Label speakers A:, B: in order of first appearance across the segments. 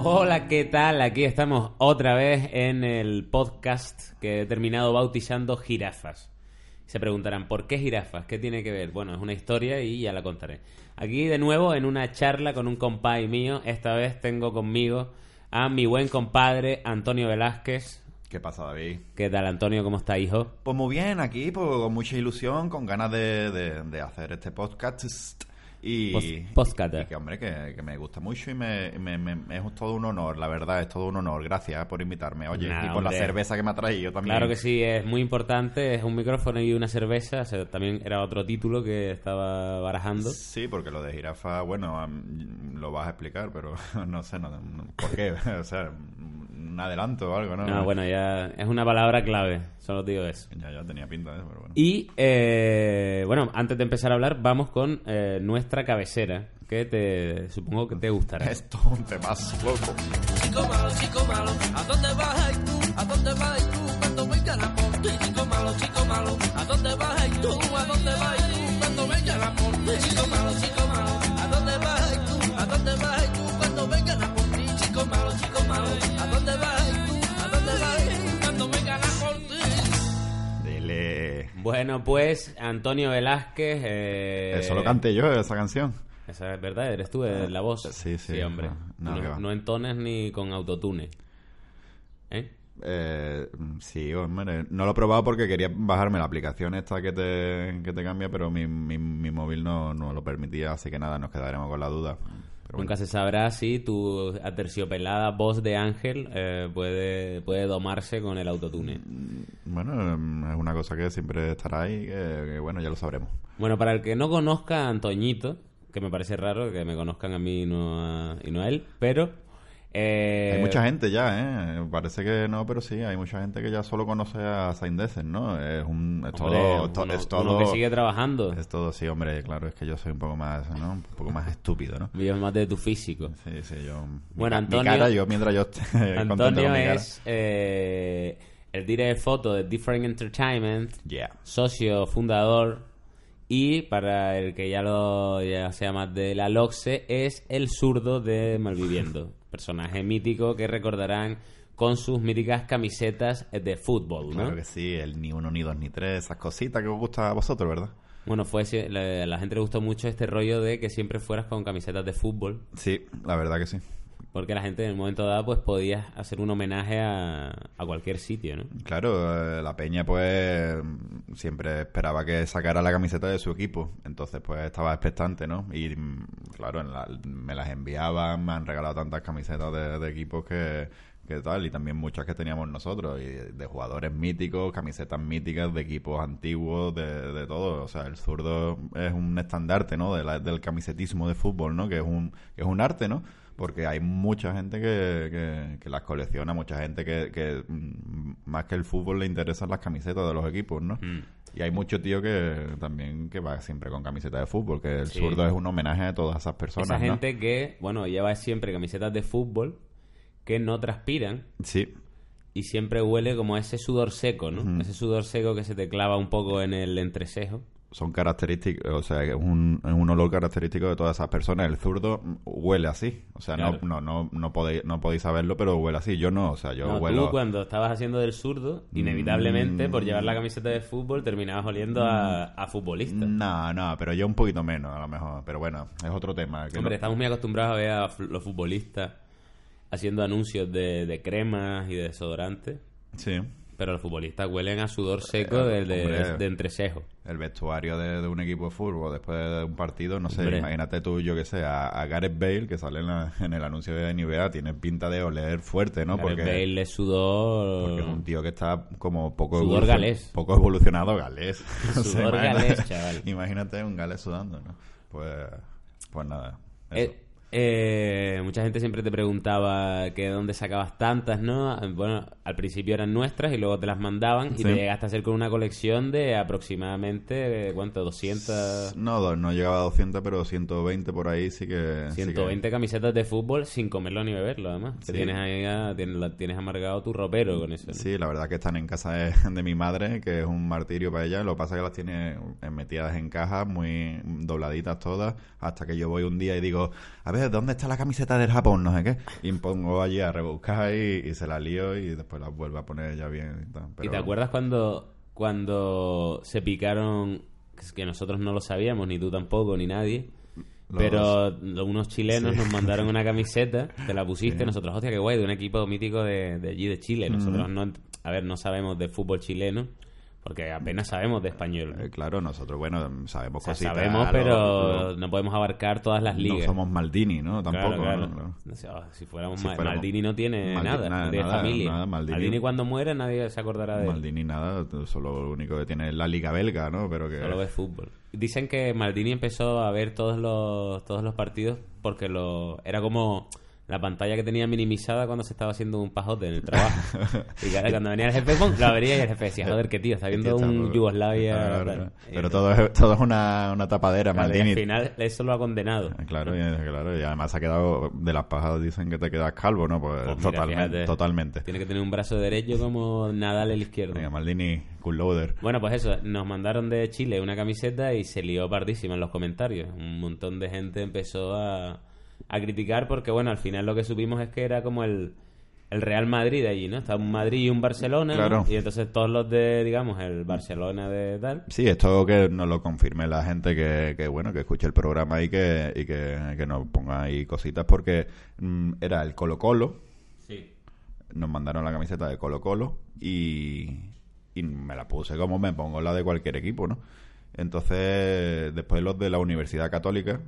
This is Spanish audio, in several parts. A: Hola, ¿qué tal? Aquí estamos otra vez en el podcast que he terminado bautizando Jirafas. Se preguntarán, ¿por qué jirafas? ¿Qué tiene que ver? Bueno, es una historia y ya la contaré. Aquí de nuevo en una charla con un compay mío. Esta vez tengo conmigo a mi buen compadre Antonio Velázquez.
B: ¿Qué pasa, David?
A: ¿Qué tal, Antonio? ¿Cómo está, hijo?
B: Pues muy bien, aquí, pues, con mucha ilusión, con ganas de, de- de hacer este podcast. Y,
A: Pos- podcast.
B: y que, hombre, que, que me gusta mucho y me, me- me- es todo un honor, la verdad, es todo un honor. Gracias por invitarme, oye,
A: Nah,
B: y por la
A: hombre.
B: cerveza que me ha traído también.
A: Claro que sí, es muy importante. Es un micrófono y una cerveza. O sea, también era otro título que estaba barajando.
B: Sí, porque lo de jirafa, bueno, am, lo vas a explicar, pero no sé, no, no- ¿por qué? o sea, un adelanto o algo, ¿no?
A: No, bueno, ya es una palabra clave. Solo te digo eso.
B: Ya, ya tenía pinta de eso, pero bueno.
A: Y eh, bueno, antes de empezar a hablar, vamos con eh, nuestra cabecera, que te supongo que te gustará.
B: Esto es un temazo, loco.
C: Chico malo, chico malo, ¿a dónde vas ay, tú? ¿A dónde vas ay, tú? Cuando venga la por ti, chico malo, chico malo, ¿a dónde vas ay, tú? ¿A dónde vas ay, tú? Cuando venga la por ti, chico malo, chico malo, ¿a dónde vas ay, tú? ¿A dónde vas ay, tú? Cuando venga la por ti, chico malo, chico malo, ¿a dónde vas ay, tú? ¿A dónde vas ay, tú? Cuando venga la por ti.
A: Eh,
B: Dile.
A: Bueno, pues Antonio Velázquez. eh,
B: Eso lo canté yo, esa canción.
A: Esa es verdad, eres tú, eres la voz.
B: Sí, sí,
A: hombre.
B: no,
A: No,
B: que va.
A: no entones ni con autotune. ¿Eh?
B: Eh, sí, hombre, no lo he probado porque quería bajarme la aplicación esta que te, que te cambia, pero mi, mi, mi móvil no, no lo permitía, así que nada, nos quedaremos con la duda. Pero
A: Nunca
B: bueno,
A: se sabrá si tu aterciopelada voz de ángel eh, puede, puede domarse con el autotune.
B: bueno, em, es una cosa que siempre estará ahí, que, que bueno, ya lo sabremos.
A: Bueno, para el que no conozca a Antoñito, que me parece raro que me conozcan a mí y no a, y no a él, pero... eh,
B: hay mucha gente ya, ¿eh? Parece que no, pero sí, hay mucha gente que ya solo conoce a Saindesen, ¿no? Es, un, es
A: hombre,
B: todo...
A: uno-
B: to- es
A: uno
B: todo
A: que sigue trabajando.
B: es todo, sí, hombre, claro, es que yo soy un poco más, ¿no? Un poco más estúpido, ¿no?
A: Vives más de tu físico.
B: Sí, sí, yo... mi
A: Bueno,
B: ca- mi
A: Antonio-
B: cara, yo mientras yo esté contento con mi
A: Antonio
B: cara.
A: es eh, el director de foto de Different Entertainment,
B: Yeah.
A: socio fundador y para el que ya lo ya sea más de la LOXE es el zurdo de Malviviendo, personaje mítico que recordarán con sus míticas camisetas de fútbol, ¿no?
B: Claro que sí, el ni uno, ni dos, ni tres, esas cositas que os gusta a vosotros, ¿verdad?
A: Bueno, fue ese- la, la gente le gustó mucho este rollo de que siempre fueras con camisetas de fútbol,
B: Sí, la verdad que sí.
A: porque la gente en el momento dado pues podías hacer un homenaje a, a cualquier sitio, ¿no?
B: Claro, eh, la peña pues siempre esperaba que sacara la camiseta de su equipo, entonces pues estaba expectante, ¿no? Y mm, claro, en la- me las enviaban, me han regalado tantas camisetas de, de equipos que, que tal, y también muchas que teníamos nosotros, y de jugadores míticos, camisetas míticas, de equipos antiguos, de, de todo, o sea, el zurdo es un estandarte, ¿no? De la- del camisetismo de fútbol, ¿no? Que es un, que es un arte, ¿no? Porque hay mucha gente que, que- que las colecciona, mucha gente que, que, mm, más que el fútbol le interesan las camisetas de los equipos, ¿no?
A: Mm.
B: Y hay mucho tío que también que va siempre con camiseta de fútbol, que el
A: Sí.
B: zurdo es un homenaje a todas esas personas,
A: Esa
B: ¿no?
A: gente que, bueno, lleva siempre camisetas de fútbol que no transpiran
B: Sí,
A: y siempre huele como a ese sudor seco, ¿no? Ese sudor seco que se te clava un poco en el entrecejo.
B: son característicos, o sea, que es un, es un olor característico de todas esas personas. El zurdo mm, huele así, o sea,
A: Claro.
B: no, no, no, no podéis, no podéis saberlo, pero huele así. Yo no, o sea, yo
A: No,
B: huelo.
A: Tú cuando estabas haciendo del zurdo, inevitablemente por
B: Mm.
A: llevar la camiseta de fútbol terminabas oliendo a, a futbolista.
B: No, no, pero yo un poquito menos, a lo mejor. Pero bueno, es otro tema. que
A: Hombre,
B: no-
A: estamos muy acostumbrados a ver a f- los futbolistas haciendo anuncios de, de cremas y de desodorantes,
B: Sí.
A: pero los futbolistas huelen a sudor seco de,
B: Eh,
A: de-
B: hombre.
A: de entrecejo.
B: El vestuario de, de un equipo de fútbol después de un partido, no sé,
A: Hombre.
B: imagínate tú, yo que sé, a, a Gareth Bale que sale en, la- en el anuncio de NBA, tiene pinta de oler fuerte, ¿no?
A: Gareth Bale le sudó...
B: porque es un tío que está como poco,
A: Sudor
B: evolucion-
A: galés.
B: poco evolucionado galés. O sea,
A: Sudor
B: imagínate-
A: galés, chaval.
B: Imagínate un galés sudando, ¿no? Pues Pues nada. eso.
A: Eh, eh, mucha gente siempre te preguntaba que de dónde sacabas tantas, ¿no? Ah, Bueno, al principio eran nuestras y luego te las mandaban y
B: Sí.
A: te llegaste a hacer con una colección de aproximadamente, eh, ¿cuánto? 200,
B: No, do- no llegaba a 200, pero 120 por ahí sí que... sí que-
A: 120 camisetas de fútbol sin comerlo ni beberlo, además. Que
B: Sí.
A: tienes ahí, ah, tienes, la- tienes amargado tu ropero con eso. ¿no?
B: Sí, la verdad que están en casa de, de mi madre, que es un martirio para ella. Lo que pasa es que las tiene eh, metidas en cajas, muy dobladitas todas, hasta que yo voy un día y digo, a ver, ¿dónde está la camiseta del Japón? No sé qué. Y me pongo allí a rebuscar y, y se la lío y después la vuelvo a poner ya bien. Y, tal.
A: ¿Y
B: Pero-
A: te acuerdas cuando, cuando se picaron, que es que nosotros no lo sabíamos, ni tú tampoco, ni nadie?
B: Los-
A: Pero lo- unos chilenos
B: Sí.
A: nos mandaron una camiseta, te la pusiste,
B: Sí.
A: nosotros, hostia, qué guay, de un equipo mítico de, de allí de Chile. Nosotros no, ent- a ver, no sabemos de fútbol chileno, porque apenas sabemos de español.
B: Eh, claro, nosotros, bueno, sabemos
A: O sea,
B: cositas.
A: sabemos,
B: lo-
A: pero
B: lo-
A: no podemos abarcar todas las ligas.
B: no somos Maldini, ¿no? Tampoco.
A: Claro, claro.
B: ¿no? Claro.
A: O sea, si fuéramos
B: Si
A: Ma-
B: fuéramos-
A: Maldini no tiene
B: Maldi-
A: nada,
B: nada,
A: no tiene
B: nada,
A: familia.
B: nada,
A: Maldini.
B: Maldini-
A: cuando muera nadie se acordará de él.
B: Maldini nada, solo lo único que tiene es la liga belga, ¿no? Pero que...
A: Solo ve fútbol. Dicen que Maldini empezó a ver todos los, todos los partidos porque lo, era como la pantalla que tenía minimizada cuando se estaba haciendo un pajote en el trabajo. y claro, cuando venía el jefe, ¡pum! lo vería y el jefe decía, joder, qué tío, está viendo
B: Está-
A: un Yugoslavia.
B: Claro,
A: tal".
B: claro.
A: Y
B: Ah, Pero todo es, todo es una, una tapadera,
A: claro, y
B: Maldini. Ah,
A: al final eso lo ha condenado.
B: Claro, y, claro, y además se ha quedado de las pajas, dicen que te quedas calvo, ¿no? Pues,
A: Pues mira,
B: totalmente.
A: fíjate.
B: totalmente.
A: Tiene que tener un brazo derecho como Nadal el izquierdo.
B: Venga, Maldini, cool loader.
A: Bueno, pues eso, nos mandaron de Chile una camiseta y se lió pardísima en los comentarios. Un montón de gente empezó a, a criticar porque, bueno, al final lo que supimos es que era como el, el Real Madrid de allí, ¿no? Estaba un Madrid y un Barcelona, ¿no?
B: Claro.
A: Y entonces todos los de, digamos, el Barcelona de tal,
B: Sí, esto que nos lo confirme la gente que, que, bueno, que escuche el programa y que, y que, que nos ponga ahí cositas, porque mm, era el Colo Colo,
A: sí.
B: nos mandaron la camiseta de Colo Colo y, y me la puse como me pongo la de cualquier equipo, ¿no? Entonces, después los de la Universidad Católica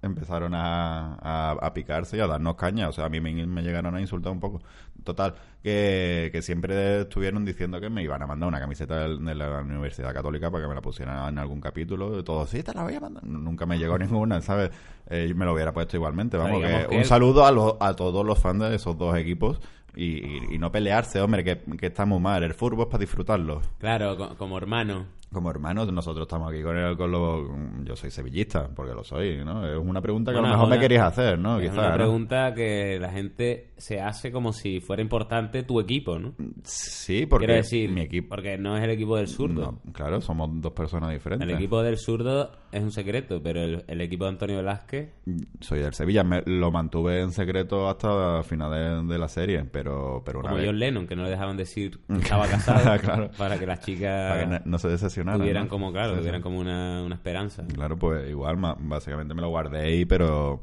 B: empezaron a, a- a picarse y a darnos caña. O sea, a mí me, me llegaron a insultar un poco. Total, que, que siempre estuvieron diciendo que me iban a mandar una camiseta del- de la Universidad Católica para que me la pusieran en algún capítulo. Todos, sí, te la voy a mandar. Nunca me llegó ninguna, ¿sabes? Eh, yo me lo hubiera puesto igualmente.
A: sea,
B: Vamos, que
A: digamos que
B: un
A: el-
B: saludo a, los- a todos los fans de esos dos equipos y, y- y no pelearse, hombre, que, que está muy mal. El fútbol es para disfrutarlo.
A: Claro, co- como hermano.
B: Como hermanos, nosotros estamos aquí con el con los- Yo soy sevillista, porque lo soy, ¿no? Es una pregunta que a
A: Bueno,
B: lo mejor
A: ahora-
B: me querías hacer, ¿no?
A: es
B: Quizás.
A: una
B: ¿no?
A: pregunta que la gente se hace como si fuera importante tu equipo, ¿no?
B: Sí, porque
A: Quiero decir,
B: mi equipo.
A: porque no es el equipo del zurdo.
B: No, claro, somos dos personas diferentes.
A: El equipo del zurdo es un secreto, pero el, el equipo de Antonio Velázquez,
B: Soy del Sevilla, me- lo mantuve en secreto hasta finales de, la serie, pero, pero una
A: como
B: vez.
A: John Lennon, que no le dejaban decir que estaba casado,
B: Claro.
A: para que las
B: para que
A: chicas
B: no se decepcionaran.
A: tuvieran
B: ¿no?
A: como, claro,
B: Sí, sí.
A: tuvieran como una, una esperanza.
B: Claro, pues igual, ma- básicamente me lo guardé ahí, pero,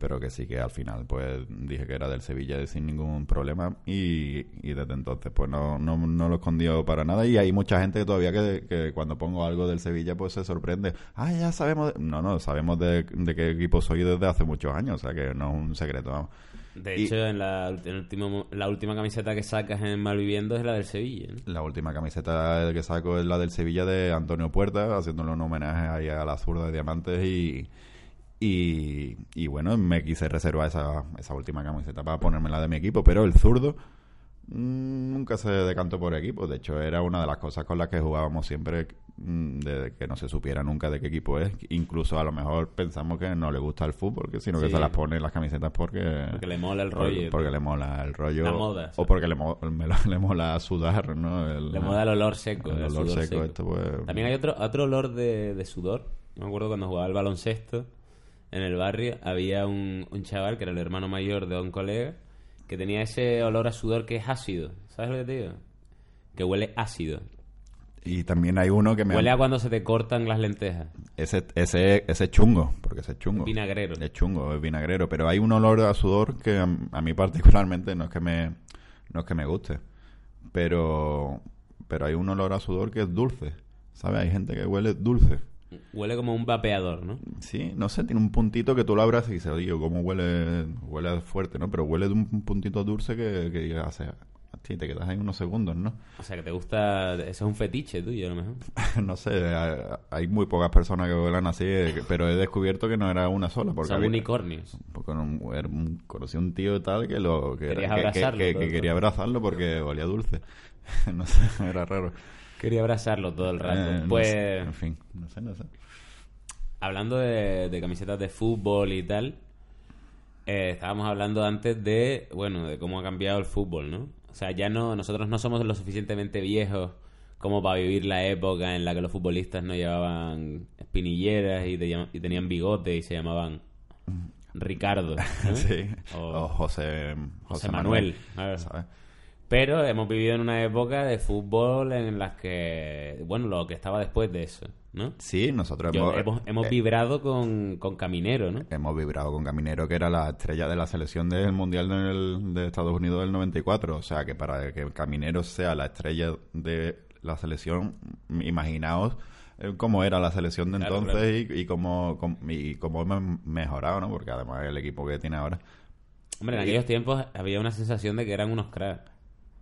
B: pero que sí que al final pues dije que era del Sevilla sin ningún problema y, y desde entonces pues no, no, no lo escondió para nada y hay mucha gente que todavía que, que cuando pongo algo del Sevilla pues se sorprende. Ah, ya sabemos... de-". No, no, sabemos de, de qué equipo soy desde hace muchos años, o sea que no es un secreto. vamos.
A: De
B: Y-
A: hecho, en la, ult- en el último- la última camiseta que sacas en Malviviendo es la del Sevilla. ¿no?
B: La última camiseta que saco es la del Sevilla de Antonio Puerta, haciéndole un homenaje ahí a la zurda de diamantes y, y, y bueno, me quise reservar esa, esa última camiseta para ponérmela de mi equipo, pero el zurdo mm, nunca se decantó por equipo, de hecho era una de las cosas con las que jugábamos siempre, mm, de que no se supiera nunca de qué equipo es, incluso a lo mejor pensamos que no le gusta el fútbol, que sino que
A: Sí.
B: se las pone las camisetas porque...
A: Porque le mola el
B: por-
A: rollo.
B: Porque le mola el rollo.
A: La moda,
B: O porque le, mo- me lo- le mola sudar, ¿no? El-
A: Le mola el olor seco.
B: el
A: el
B: olor
A: sudor
B: seco, esto, pues-
A: También hay otro, otro olor de, de sudor. Yo me acuerdo cuando jugaba al baloncesto en el barrio, había un, un chaval que era el hermano mayor de un colega que tenía ese olor a sudor que es ácido. ¿Sabes lo que te digo? Que huele ácido.
B: Y también hay uno que me...
A: Huele a cuando se te cortan las lentejas.
B: Ese, ese, ese es chungo, porque ese es chungo.
A: Vinagrero.
B: Es chungo, es vinagrero. Pero hay un olor a sudor que a, a mí particularmente no es que me, no es que me guste. Pero, pero hay un olor a sudor que es dulce. ¿Sabes? Hay gente que huele dulce.
A: Huele como un vapeador, ¿no?
B: Sí, no sé, tiene un puntito que tú lo abras y dices, oye, cómo huele, huele fuerte, ¿no? Pero huele de un puntito dulce que, que hace, Sí, te quedas ahí unos segundos, ¿no?
A: O sea, que te gusta... Eso es un fetiche tuyo, a lo mejor.
B: no sé, hay- hay muy pocas personas que vuelan así, eh, pero he descubierto que no era una sola. Porque
A: Son
B: había-
A: unicornios.
B: porque un- era un- conocí a un tío tal que lo que,
A: Querías
B: que- que-
A: abrazarlo,
B: que-
A: todo
B: que
A: el
B: quería
A: rato.
B: abrazarlo porque olía dulce. no sé, era raro.
A: Quería abrazarlo todo el rato.
B: Eh, no
A: pues... ¿eh?
B: sé, en fin, no sé, no sé.
A: Hablando de, de camisetas de fútbol y tal, eh, estábamos hablando antes de, bueno, de cómo ha cambiado el fútbol, ¿no? O sea, ya no, nosotros no somos lo suficientemente viejos como para vivir la época en la que los futbolistas no llevaban espinilleras y, te llam- y tenían bigote y se llamaban Ricardo. ¿no?
B: Sí.
A: O-
B: O José,
A: José Manuel, a ver.
B: ¿sabes?
A: Pero hemos vivido en una época de fútbol en la que, bueno, lo que estaba después de eso, ¿no?
B: Sí, nosotros
A: Yo-
B: hemos,
A: hemos, hemos
B: eh,
A: vibrado con, con Caminero, ¿no?
B: hemos vibrado con Caminero, que era la estrella de la selección del Mundial del- de Estados Unidos del 94. O sea, que para que Caminero sea la estrella de la selección, imaginaos eh, cómo era la selección de
A: Claro,
B: entonces Y, y cómo, cómo- y cómo hemos mejorado, ¿no? Porque además el equipo que tiene ahora...
A: Hombre, en aquellos tiempos había una sensación de que eran unos cracks.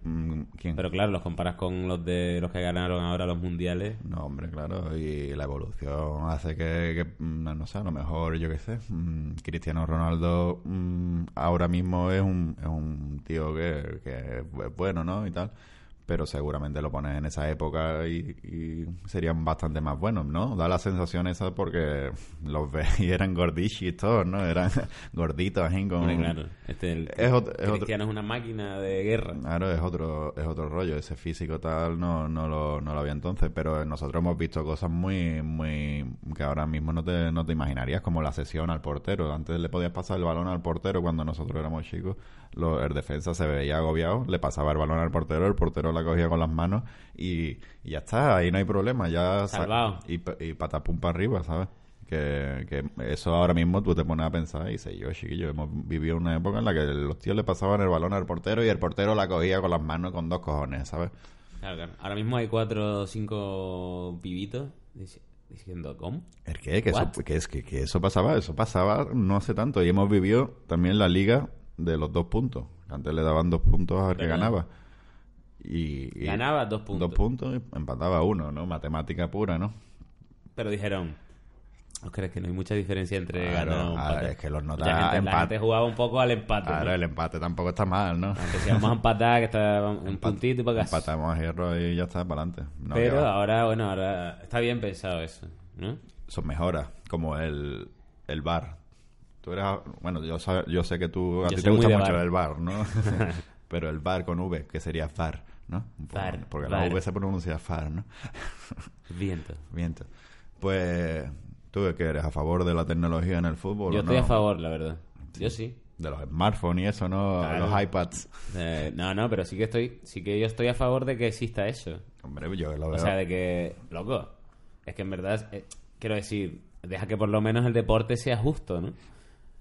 B: mm, ¿Quién?
A: Pero claro, los comparas con los de los que ganaron ahora los mundiales.
B: No, hombre, claro, y la evolución hace que, que, mm, no sé, a lo mejor, yo qué sé, mm, Cristiano Ronaldo mm, ahora mismo es un, es un tío que, que es bueno, ¿no? Y tal, pero seguramente lo pones en esa época y, y serían bastante más buenos, ¿no? Da la sensación esa porque los ves y eran gordichis todos, ¿no? Eran gorditos, así, con...
A: Hombre, claro. Este, el-
B: Es ot- es otro-
A: Cristiano es una máquina de guerra.
B: Claro, es otro, es otro rollo, ese físico tal no, no, lo, no lo había entonces, pero nosotros hemos visto cosas muy, muy que ahora mismo no te, no te imaginarías, como la sesión al portero, antes le podías pasar el balón al portero cuando nosotros éramos chicos, lo- el defensa se veía agobiado, le pasaba el balón al portero, el portero la cogía con las manos y, y ya está, ahí no hay problema, ya sa-
A: Salvado.
B: y, pa- y patapum para arriba, ¿sabes? Que, que eso ahora mismo tú te pones a pensar y dices, yo, chiquillo, hemos vivido una época en la que los tíos le pasaban el balón al portero y el portero la cogía con las manos con dos cojones, ¿sabes?
A: Claro, claro. Ahora mismo hay cuatro o cinco pibitos dic- diciendo, ¿cómo?
B: ¿El qué? Que eso,
A: What?
B: que es, que, que eso pasaba, eso pasaba no hace tanto y hemos vivido también la liga de los dos puntos. Antes le daban dos puntos al que
A: ¿Verdad?
B: ganaba. Y, y-
A: Ganaba dos puntos.
B: Dos puntos y empataba uno, ¿no? Matemática pura, ¿no?
A: Pero dijeron, ¿no crees que no hay mucha diferencia entre
B: Claro,
A: ganar o
B: ah,
A: empatar?
B: es que los
A: Mucha
B: notas
A: gente- la
B: empat-
A: gente jugaba un poco al empate.
B: Claro,
A: ¿no?
B: el empate tampoco está mal, ¿no?
A: Aunque si vamos a empatar, que está un puntito y para casa.
B: Empatamos a hierro y ya está, para adelante. No, que
A: Pero
B: va.
A: ahora, bueno, ahora está bien pensado eso, ¿no?
B: son mejoras, como el, el bar. Tú eres, bueno, yo, sa- yo sé que tú a
A: Yo
B: ti
A: soy
B: te
A: muy
B: gusta
A: de
B: mucho
A: bar.
B: el bar, ¿no? Pero el bar con V, que sería far, ¿no? Un poco,
A: Far,
B: Porque
A: bar.
B: la V se pronuncia far, ¿no?
A: Viento.
B: Miento. Pues, ¿tú qué eres? ¿A favor de la tecnología en el fútbol?
A: Yo
B: o
A: estoy
B: no?
A: a favor, la verdad. Yo sí.
B: De los smartphones y eso, ¿no?
A: Claro.
B: Los iPads.
A: Eh, no, no, pero sí que estoy, sí que yo estoy a favor de que exista eso.
B: Hombre, yo lo veo.
A: O sea, de que, loco, es que en verdad, eh, quiero decir, deja que por lo menos el deporte sea justo, ¿no?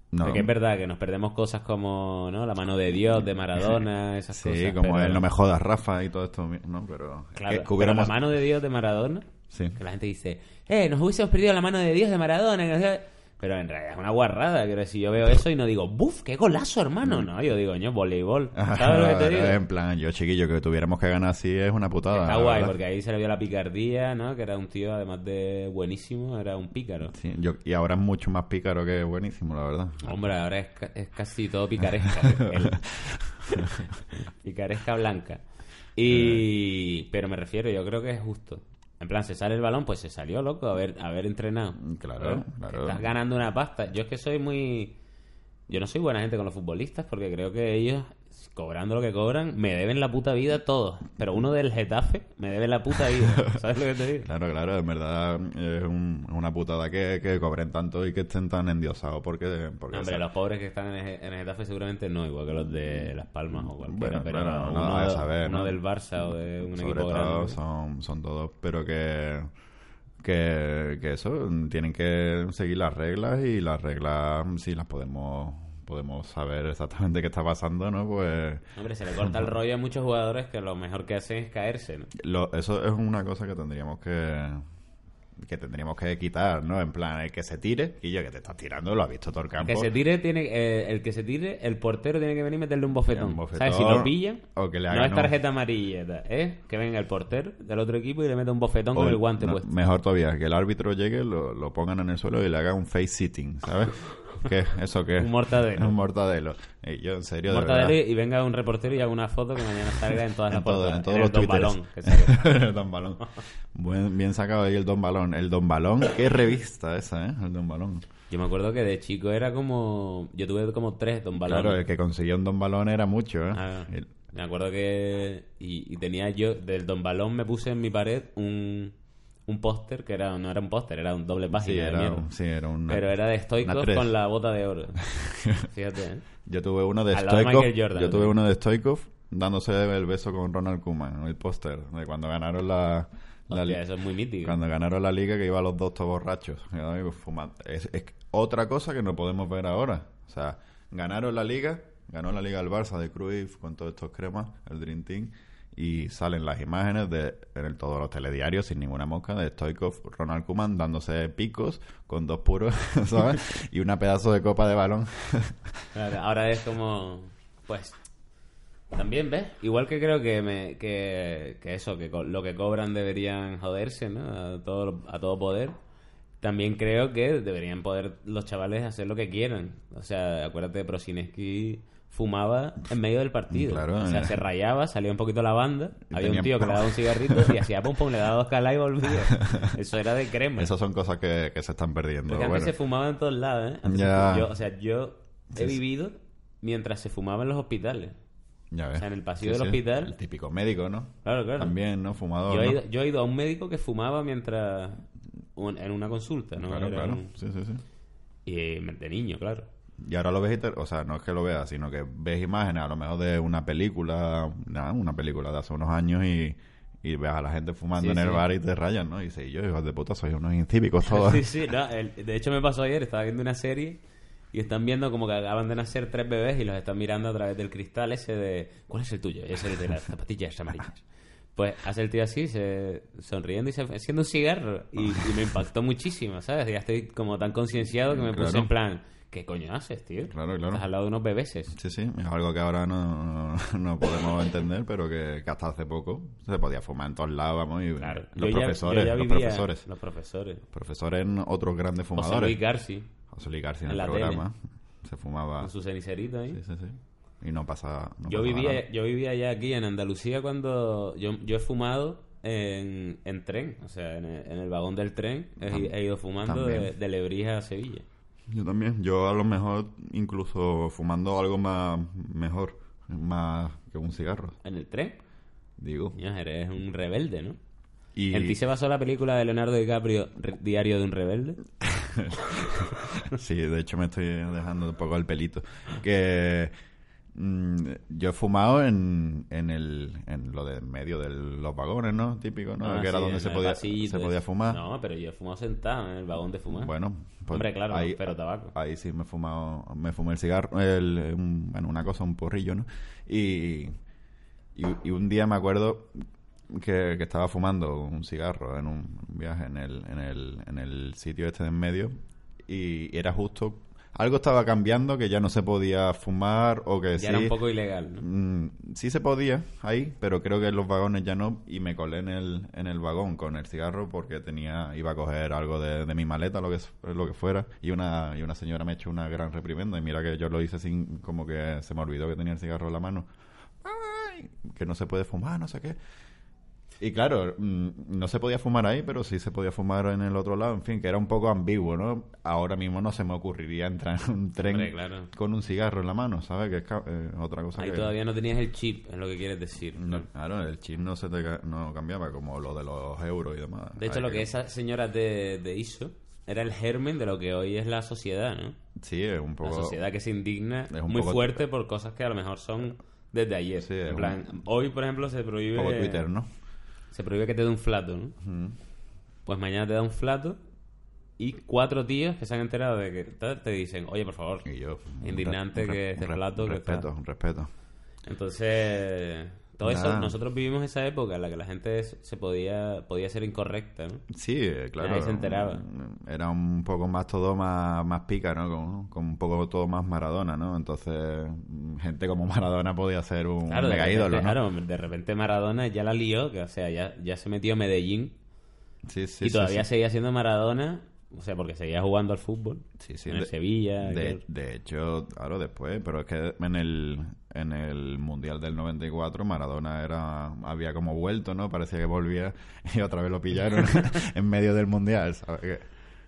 B: No.
A: Porque es verdad que nos perdemos cosas como, ¿no? La mano de Dios, de Maradona, esas
B: Sí,
A: cosas.
B: como
A: pero-
B: el no me jodas, Rafa, y todo esto, ¿no? Pero es
A: Claro,
B: que hubiéramos-
A: pero la mano de Dios de Maradona.
B: Sí.
A: Que la gente dice, eh, nos hubiésemos perdido la mano de Dios de Maradona. que no sé- Pero en realidad es una guarrada. Quiero decir, yo veo eso y no digo, ¡buf! ¡Qué golazo, hermano! No, yo digo, ño, voleibol. ¿Sabes lo que te digo?
B: Mm. Ah, en plan, yo chiquillo, que tuviéramos que ganar así es una putada.
A: Está
B: la
A: guay,
B: verdad.
A: porque ahí se le vio la picardía, ¿no? Que era un tío, además de buenísimo, era un pícaro.
B: Sí, yo- y ahora es mucho más pícaro que buenísimo, la verdad.
A: Hombre, ahora es, ca- es casi todo picaresca. El- picaresca blanca. Y... Pero me refiero, yo creo que es justo. En plan, se sale el balón, pues se salió, loco, haber, haber entrenado.
B: Mm, Claro,
A: ¿Eh?
B: claro.
A: Estás ganando una pasta. Yo es que soy muy... Yo no soy buena gente con los futbolistas porque creo que ellos, cobrando lo que cobran, me deben la puta vida todos. Pero uno del Getafe me debe la puta vida. ¿Sabes lo que te digo?
B: Claro, claro, en verdad es un- es una putada que, que cobren tanto y que estén tan endiosados porque... porque
A: Hombre,
B: se-
A: los pobres que están en el, en el Getafe seguramente no, igual que los de Las Palmas o cualquiera,
B: Bueno,
A: pero
B: claro,
A: uno,
B: no, a saber,
A: uno
B: ¿no?
A: del Barça o de un
B: sobre
A: equipo grande.
B: todo
A: ¿no?
B: son, son todos, pero que, que, que eso, tienen que seguir las reglas y las reglas, si las podemos podemos saber exactamente qué está pasando, ¿no? Pues
A: Hombre, se le corta el rollo a muchos jugadores que lo mejor que hacen es caerse, ¿no?
B: Lo- eso es una cosa que tendríamos que, que tendríamos que quitar, ¿no? En plan, el que se tire, y yo que te estás tirando, lo ha visto todo el campo.
A: Que se tire tiene, eh, el que se tire, el portero tiene que venir y meterle un bofetón.
B: Un bofetón,
A: ¿Sabes? Si lo pilla,
B: o que le
A: no
B: hagan
A: es
B: un-
A: tarjeta amarilla, ¿eh? Que venga el portero del otro equipo y le meta un bofetón
B: O
A: con el guante
B: no,
A: puesto.
B: Mejor todavía, que el árbitro llegue, lo, lo pongan en el suelo y le haga un face sitting, ¿sabes? ¿Qué? ¿Eso qué?
A: Un mortadelo.
B: Un mortadelo. Y yo, en serio, de
A: Mortadelo
B: verdad.
A: y venga un reportero y haga una foto que mañana salga en todas las
B: en, todo-
A: portadas.
B: en todos
A: el
B: los
A: Don
B: twitters.
A: Balón, que salga.
B: El Don Balón. Buen- bien sacado ahí el Don Balón. El Don Balón, qué revista esa, ¿eh? El Don Balón.
A: Yo me acuerdo que de chico era como... Yo tuve como tres Don Balón.
B: Claro, el que consiguió un Don Balón era mucho, ¿eh?
A: Ah,
B: El-
A: me acuerdo que. Y, y tenía yo. Del Don Balón me puse en mi pared un, un póster que era no era un póster, era un doble página.
B: sí,
A: de
B: era,
A: mierda.
B: un- sí, era una-
A: Pero era de
B: una
A: Stoikov
B: tres.
A: con la bota de oro. Fíjate, ¿eh?
B: Yo tuve uno de
A: Al lado de
B: Stoikov.
A: Michael Jordan.
B: yo tuve uno de Stoikov dándose el beso con Ronald Koeman, el póster de cuando ganaron la, la
A: Hostia,
B: li-
A: eso es muy mítico.
B: cuando ganaron la liga que iba a los dos todos borrachos, ¿no? Y fumando. Es, es otra cosa que no podemos ver ahora. O sea, ganaron la liga, ganó la liga el Barça de Cruyff con todos estos cremas, el Dream Team y salen las imágenes de en el- todos los telediarios sin ninguna mosca de Stoikov, Ronald Koeman dándose picos con dos puros, ¿sabes? y una pedazo de copa de balón.
A: Claro, ahora es como. Pues. También, ¿ves? Igual que creo que, me, que, que eso, que co- lo que cobran deberían joderse, ¿no? A todo, a todo poder. También creo que deberían poder los chavales hacer lo que quieran. O sea, acuérdate, Prosineski fumaba en medio del partido.
B: Claro,
A: o sea,
B: eh.
A: se rayaba, salía un poquito la banda,
B: Y
A: había un
B: tenía-
A: tío que le daba un cigarrito y hacía pum pum, le daba dos calas y volvía. Eso era de crema.
B: Esas son cosas que, que se están perdiendo.
A: Porque
B: bueno.
A: antes se fumaba en todos lados, ¿eh? Antes se
B: Ya.
A: fu- yo- o sea, yo he
B: Sí, sí.
A: vivido mientras se fumaba en los hospitales.
B: Ya ves.
A: O sea, en el pasillo del hospital.
B: El típico médico, ¿no?
A: Claro, claro.
B: También, ¿no? Fumador.
A: yo, he
B: ¿no?
A: ido, yo he ido a un médico que fumaba mientras... un- en una consulta, ¿no?
B: Claro,
A: Era
B: claro.
A: un-
B: Sí, sí, sí.
A: Y eh, de niño, claro.
B: Y ahora lo ves, y te- o sea, no es que lo veas, sino que ves imágenes a lo mejor de una película, nada, una película de hace unos años y, y ves a la gente fumando
A: Sí,
B: en el
A: sí.
B: bar y te rayan, ¿no? Y dices, yo, hijos de puta, sois unos incívicos todos.
A: Sí, sí, no, el- de hecho me pasó ayer, estaba viendo una serie y están viendo como que acaban de nacer tres bebés y los están mirando a través del cristal ese de... ¿Cuál es el tuyo? Y Es el de las zapatillas amarillas. Pues hace el tío así, se, sonriendo y se, haciendo un cigarro. Y, y me impactó muchísimo, ¿sabes? Ya estoy como tan concienciado que me puse
B: Claro.
A: en plan... ¿Qué coño haces, tío?
B: Claro, claro.
A: Estás al lado de unos bebeses.
B: Sí, sí, es algo que ahora no, no- no podemos entender, pero que, que hasta hace poco se podía fumar en todos lados, vamos, y
A: Claro.
B: los,
A: Yo ya-
B: profesores,
A: yo ya
B: los
A: vivía-
B: profesores,
A: Los profesores.
B: profesores, otros grandes
A: José
B: fumadores.
A: Luis Garci,
B: José Luis García
A: En
B: en el
A: la
B: programa. Se fumaba.
A: con su cenicerito ahí.
B: Ah. Sí, sí, sí. Y no pasa. no
A: Yo
B: pasa nada.
A: vivía, yo vivía ya aquí en Andalucía cuando yo, yo he fumado en, en tren, o sea, en el, en el vagón del tren he,
B: Tam-
A: he ido fumando de,
B: también.
A: de Lebrija a Sevilla.
B: Yo también. Yo a lo mejor incluso fumando algo más mejor, más que un cigarro,
A: ¿En el tren?
B: digo.
A: Coño, eres un rebelde, ¿no?
B: Y
A: ¿En ti se basó la película de Leonardo DiCaprio, Re- Diario de un Rebelde?
B: sí, de hecho me estoy dejando un poco el pelito. Que mm, yo he fumado en, en el en lo de en medio de los vagones, ¿no? Típico, ¿no?
A: Ah,
B: que era
A: sí,
B: donde
A: en
B: se
A: el
B: podía
A: pasillito
B: se
A: ese.
B: podía fumar.
A: No, pero yo he fumado sentado en el vagón de fumar.
B: Bueno, pues
A: Hombre, claro, pero tabaco.
B: Ahí sí me he fumado, me fumé el cigarro, el, un- bueno, una cosa, un porrillo, ¿no? Y, y, y un día me acuerdo que, que estaba fumando un cigarro en un viaje en el, en el, en el sitio este de en medio y era justo, algo estaba cambiando que ya no se podía fumar o que
A: ya
B: sí,
A: era un poco ilegal, ¿no?
B: Mm, sí se podía ahí, pero creo que en los vagones ya no. Y me colé en el, en el vagón con el cigarro porque tenía iba a coger algo de, de mi maleta, lo que, es- lo que fuera. Y una, y una señora me echó una gran reprimenda. Y mira que yo lo hice sin. como que se me olvidó que tenía el cigarro en la mano. Ay, que no se puede fumar, no sé qué. Y claro, mm, no se podía fumar ahí, pero sí se podía fumar en el otro lado. En fin, que era un poco ambiguo, ¿no? Ahora mismo no se me ocurriría entrar en un tren
A: Hombre, claro.
B: con un cigarro en la mano, ¿sabes? Que es ca- eh, otra cosa
A: Ahí
B: que...
A: todavía no tenías el chip, es lo que quieres decir.
B: No, claro, el chip no se te ca- no cambiaba como lo de los euros y demás.
A: De hecho,
B: Hay
A: lo que esa señora te, te hizo era el germen de lo que hoy es la sociedad, ¿no?
B: Sí, es un poco...
A: La sociedad que se indigna
B: Es un
A: muy
B: poco-
A: fuerte por cosas que a lo mejor son desde ayer.
B: Sí, es
A: en
B: un-
A: plan, hoy, por ejemplo, se
B: Un
A: prohíbe...
B: poco Twitter, ¿no?
A: Se prohíbe que te dé un flato, ¿no? Pues mañana te da un flato y cuatro tíos que se han enterado de que tal, te dicen, oye, por favor.
B: Y yo...
A: Indignante que
B: este
A: este plato que
B: Respeto,
A: está-
B: respeto.
A: Entonces, Todo eso,
B: Nah.
A: nosotros vivimos esa época en la que la gente es- se podía, podía ser incorrecta, ¿no?
B: Sí, eh, claro.
A: Nadie se enteraba.
B: un- Era un poco más todo más, más pica, ¿no? Con, con un poco todo más Maradona, ¿no? Entonces, mm, gente como Maradona podía ser un
A: Claro, de
B: mega
A: repente,
B: ídolo, ¿no?
A: claro, de repente Maradona ya la lió, que, o sea, ya, ya se metió a Medellín
B: Sí, sí,
A: y
B: sí,
A: todavía
B: sí.
A: seguía siendo Maradona, o sea, porque seguía jugando al fútbol.
B: Sí, sí,
A: en el
B: de-
A: Sevilla.
B: De,
A: aquel.
B: de hecho, claro, después, pero es que en el, en el Mundial del 94 Maradona era había como vuelto, ¿no? Parecía que volvía y otra vez lo pillaron en medio del Mundial, ¿sabes? Que,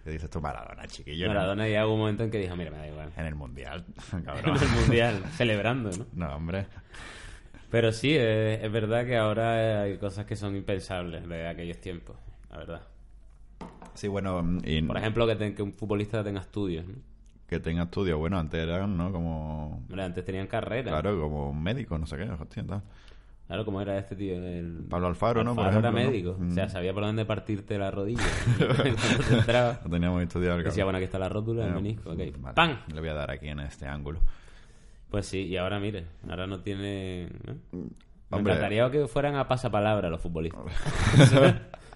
B: que dices tú, Maradona, chiquillo. en el-
A: Maradona ya hubo un momento en que dijo, mira, me da igual.
B: En el Mundial,
A: En
B: cabrón.
A: el Mundial, celebrando, ¿no?
B: No, hombre.
A: Pero sí, es, es verdad que ahora hay cosas que son impensables de aquellos tiempos, la verdad.
B: Sí, bueno, y
A: Por ejemplo, que, te- que un futbolista tenga estudios, ¿no?
B: que tenga estudios. Bueno, antes eran, ¿no? Como.
A: Hombre, antes tenían carrera.
B: Claro, como un médico, no sé qué, hostia, tal.
A: Claro, como era este tío. El...
B: Pablo Alfaro, ¿no? Por
A: Alfaro era
B: ejemplo,
A: médico.
B: ¿no? Mm.
A: O sea, sabía por dónde partirte la rodilla. Cuando te entraba,
B: No teníamos estudiado.
A: decía, bueno, aquí está la rótula, el
B: Eh,
A: menisco, ok.
B: vale,
A: ¡Pam!
B: Le voy a dar aquí en este ángulo.
A: Pues sí, y ahora mire, ahora no tiene... ¿no? Me
B: Mm, Hombre.
A: encantaría que fueran a pasapalabra los futbolistas.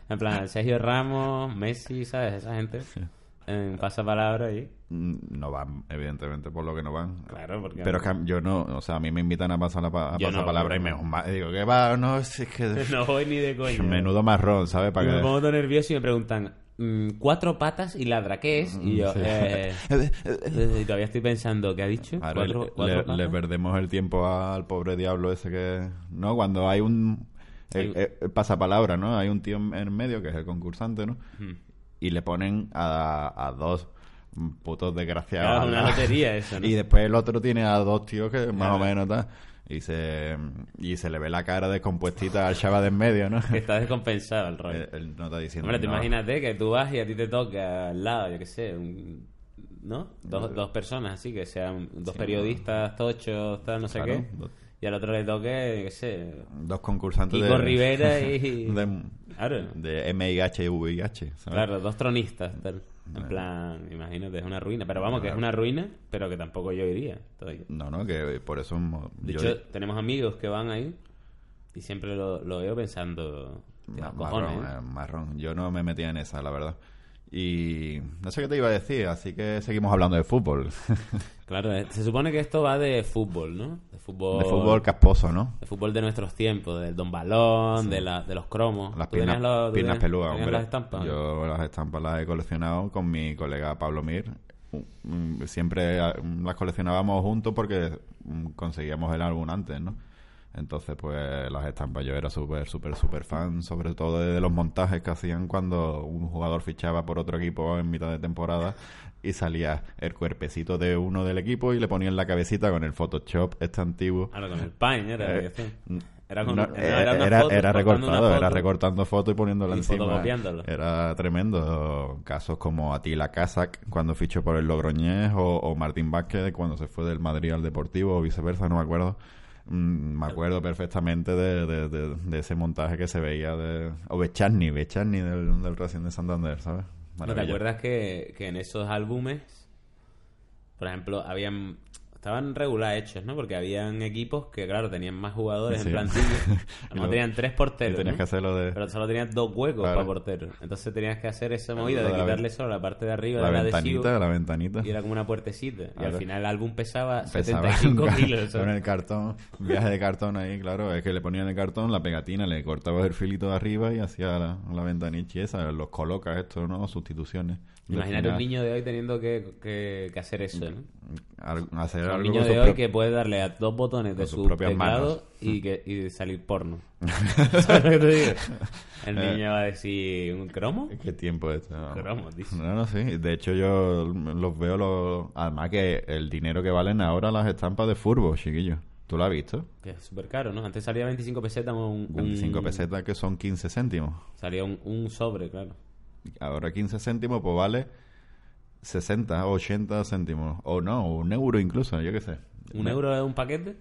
A: en plan, Sergio Ramos, Messi, ¿sabes? Esa gente en pasapalabra y...
B: Mm, No van, evidentemente, por lo que no van.
A: Claro, porque...
B: Pero es que a- yo no, o sea, a mí me invitan a pasar la pa- a
A: Yo no,
B: pasar palabra y
A: yo
B: me
A: no.
B: ma- digo, que va, no, si es que
A: No voy ni de coña.
B: menudo marrón, ¿sabes?
A: Y me
B: Para que
A: pongo todo nervioso y me preguntan, mm, cuatro patas y ladra, ¿qué es? Y yo,
B: Mm, Sí.
A: eh, eh, y todavía estoy pensando, ¿qué ha dicho?
B: Claro,
A: ¿Cuatro,
B: le-
A: cuatro
B: le,
A: patas?
B: le perdemos el tiempo al pobre diablo ese que... No, cuando hay un...
A: Hay
B: eh,
A: un-
B: eh, pasapalabra, ¿no? Hay un tío en en medio que es el concursante, ¿no?
A: Hmm.
B: Y le ponen a, a dos putos desgraciados.
A: Claro,
B: al
A: una
B: lado.
A: lotería eso, ¿no?
B: Y después el otro tiene a dos tíos que más o menos tal. Y se, y se le ve la cara descompuestita al chava de en medio, ¿no?
A: Que está descompensado el rollo.
B: él, él Eh, no está diciendo
A: Hombre, te
B: nada.
A: imagínate que tú vas y a ti te toca al lado, yo qué sé, un- ¿no?
B: Eh,
A: Dos, dos personas así, que sean dos periodistas, tochos, tal, no sé
B: Claro.
A: qué. Y al otro le toque, yo qué sé,
B: Dos concursantes
A: Kiko
B: de...
A: Rivera y...
B: de,
A: Claro.
B: de MIH y VIH, ¿sabes?
A: Claro, dos tronistas, tal. En plan, imagínate, es una ruina. Pero vamos, que es una ruina, pero que tampoco yo iría. Estoy-
B: No, no, que por eso... mo-
A: De
B: yo-
A: hecho, tenemos amigos que van ahí y siempre lo, lo veo pensando... "Tío,
B: Ma-
A: cojones,
B: marrón,
A: ¿eh?".
B: eh, marrón. Yo no me metía en esa, la verdad. Y no sé qué te iba a decir, así que seguimos hablando de fútbol.
A: Claro, eh, se supone que esto va de fútbol, ¿no? De fútbol...
B: De fútbol casposo, ¿no?
A: El fútbol de nuestros tiempos, del Don Balón, de, la, de los cromos.
B: Las
A: ¿Tú tenías
B: piernas,
A: los- tú
B: piernas
A: tenías-
B: peludas,
A: tenías
B: hombre.
A: las estampas?
B: Yo las estampas las he coleccionado con mi colega Pablo Mir. Mm, Siempre ah, las coleccionábamos juntos porque mm, conseguíamos el álbum antes, ¿no? Entonces, pues las estampas yo era súper, súper, súper fan, sobre todo de los montajes que hacían cuando un jugador fichaba por otro equipo en mitad de temporada y salía el cuerpecito de uno del equipo y le ponían la cabecita con el Photoshop este antiguo.
A: Ahora con el pan, era.
B: Eh,
A: esto. Era con-
B: No,
A: no,
B: era,
A: una
B: era-
A: foto, cortando
B: era
A: una
B: recortado, era
A: foto.
B: recortando fotos y poniéndola
A: Y
B: encima.
A: fotocopiándolo.
B: Era tremendo. Casos como Atila Kazak cuando fichó por el Logroñés o, o Martín Vázquez cuando se fue del Madrid al Deportivo o viceversa, no me acuerdo. Mm, me acuerdo perfectamente de, de- de- de ese montaje que se veía de... O Becharni, Becharni del, del Racing de Santander, ¿sabes?
A: ¿No ¿Te
B: Maravilla.
A: acuerdas que, que en esos álbumes, por ejemplo, habían. Estaban regular hechos, ¿no? Porque habían equipos que, claro, tenían más jugadores
B: Sí.
A: en plantilla. A lo
B: Luego-
A: mejor tenían tres
B: Y
A: porteros.
B: tenías
A: ¿no?
B: que hacerlo de...
A: Pero solo tenías dos huecos
B: Claro.
A: para portero. Entonces tenías que hacer esa movida
B: Lo
A: de
B: de la
A: quitarle
B: ven-
A: solo la parte de arriba
B: la
A: del adhesivo.
B: ventanita, la ventanita.
A: Y era como una puertecita. Y al
B: Claro.
A: final el álbum pesaba
B: Pesaba
A: 75
B: con-
A: kilos.
B: Con
A: ¿sabes?
B: el cartón, un viaje de cartón ahí, claro. Es que le ponían el cartón, la pegatina, le cortabas el filito de arriba y hacía la, la ventanilla y esa, los colocas esto, ¿no? Sustituciones. De
A: Imaginar un
B: final,
A: niño de hoy teniendo que, que- que hacer eso, ¿no?
B: al- hacer
A: Un
B: algo
A: niño
B: con
A: de
B: sus
A: hoy
B: prop-
A: que puede darle a dos botones de
B: con sus
A: su
B: propias manos.
A: teclado y, que, y salir porno. ¿Sabes lo que te digo? El niño va a decir, ¿un cromo?
B: ¿Qué tiempo es esto? Eh. No.
A: Cromo, dice.
B: No, no, sí. De hecho, yo los veo, los... además que el dinero que valen ahora las estampas de Furbo, chiquillo. ¿Tú lo has visto?
A: Que es súper caro, ¿no? Antes salía 25 pesetas un... un-
B: 25 pesetas que son 15 céntimos.
A: Salía un, un sobre, claro.
B: Ahora 15 céntimos, pues vale 60, 80 céntimos. O no, un euro incluso, yo qué sé.
A: ¿Un euro es un paquete?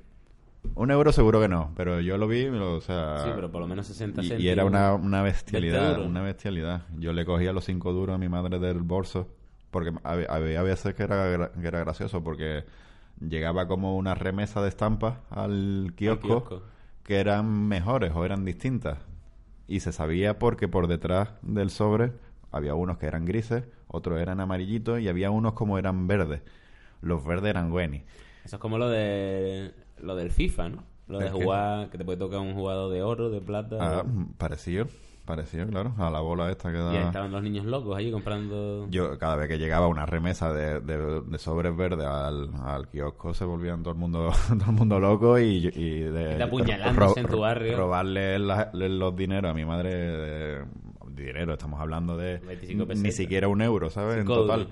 B: Un euro seguro que no, pero yo lo vi, o sea...
A: Sí, pero por lo menos 60
B: Ah, y-
A: céntimos.
B: y, era una,
A: 20
B: una bestialidad,
A: euros.
B: una bestialidad. Yo le cogía los 5 duros a mi madre del bolso, porque hab- había veces que era, gra- que era gracioso, porque llegaba como una remesa de estampas al kiosco,
A: kiosco.
B: que eran mejores o eran distintas. Y se sabía porque por detrás del sobre había unos que eran grises, otros eran amarillitos y había unos como eran verdes. Los verdes eran Gwenny.
A: Eso es como lo de lo del FIFA, ¿no? Lo de
B: ¿El qué?
A: jugar, que te puede tocar un jugador de oro, de plata.
B: Ah, parecido, parecido, claro, a la bola esta que da...
A: Y ahí estaban los niños locos allí comprando.
B: ah. Yo, cada vez que llegaba una remesa de, de- de sobres verdes al, al kiosco, se volvían todo el mundo, todo el mundo loco y, y de,
A: Te apuñalándose en tu
B: ro-
A: barrio.
B: robarle la- le- los dineros a mi madre. de- dinero, estamos hablando de
A: 25
B: ni
A: pesetas.
B: siquiera un euro, ¿sabes? En
A: Cinco
B: total.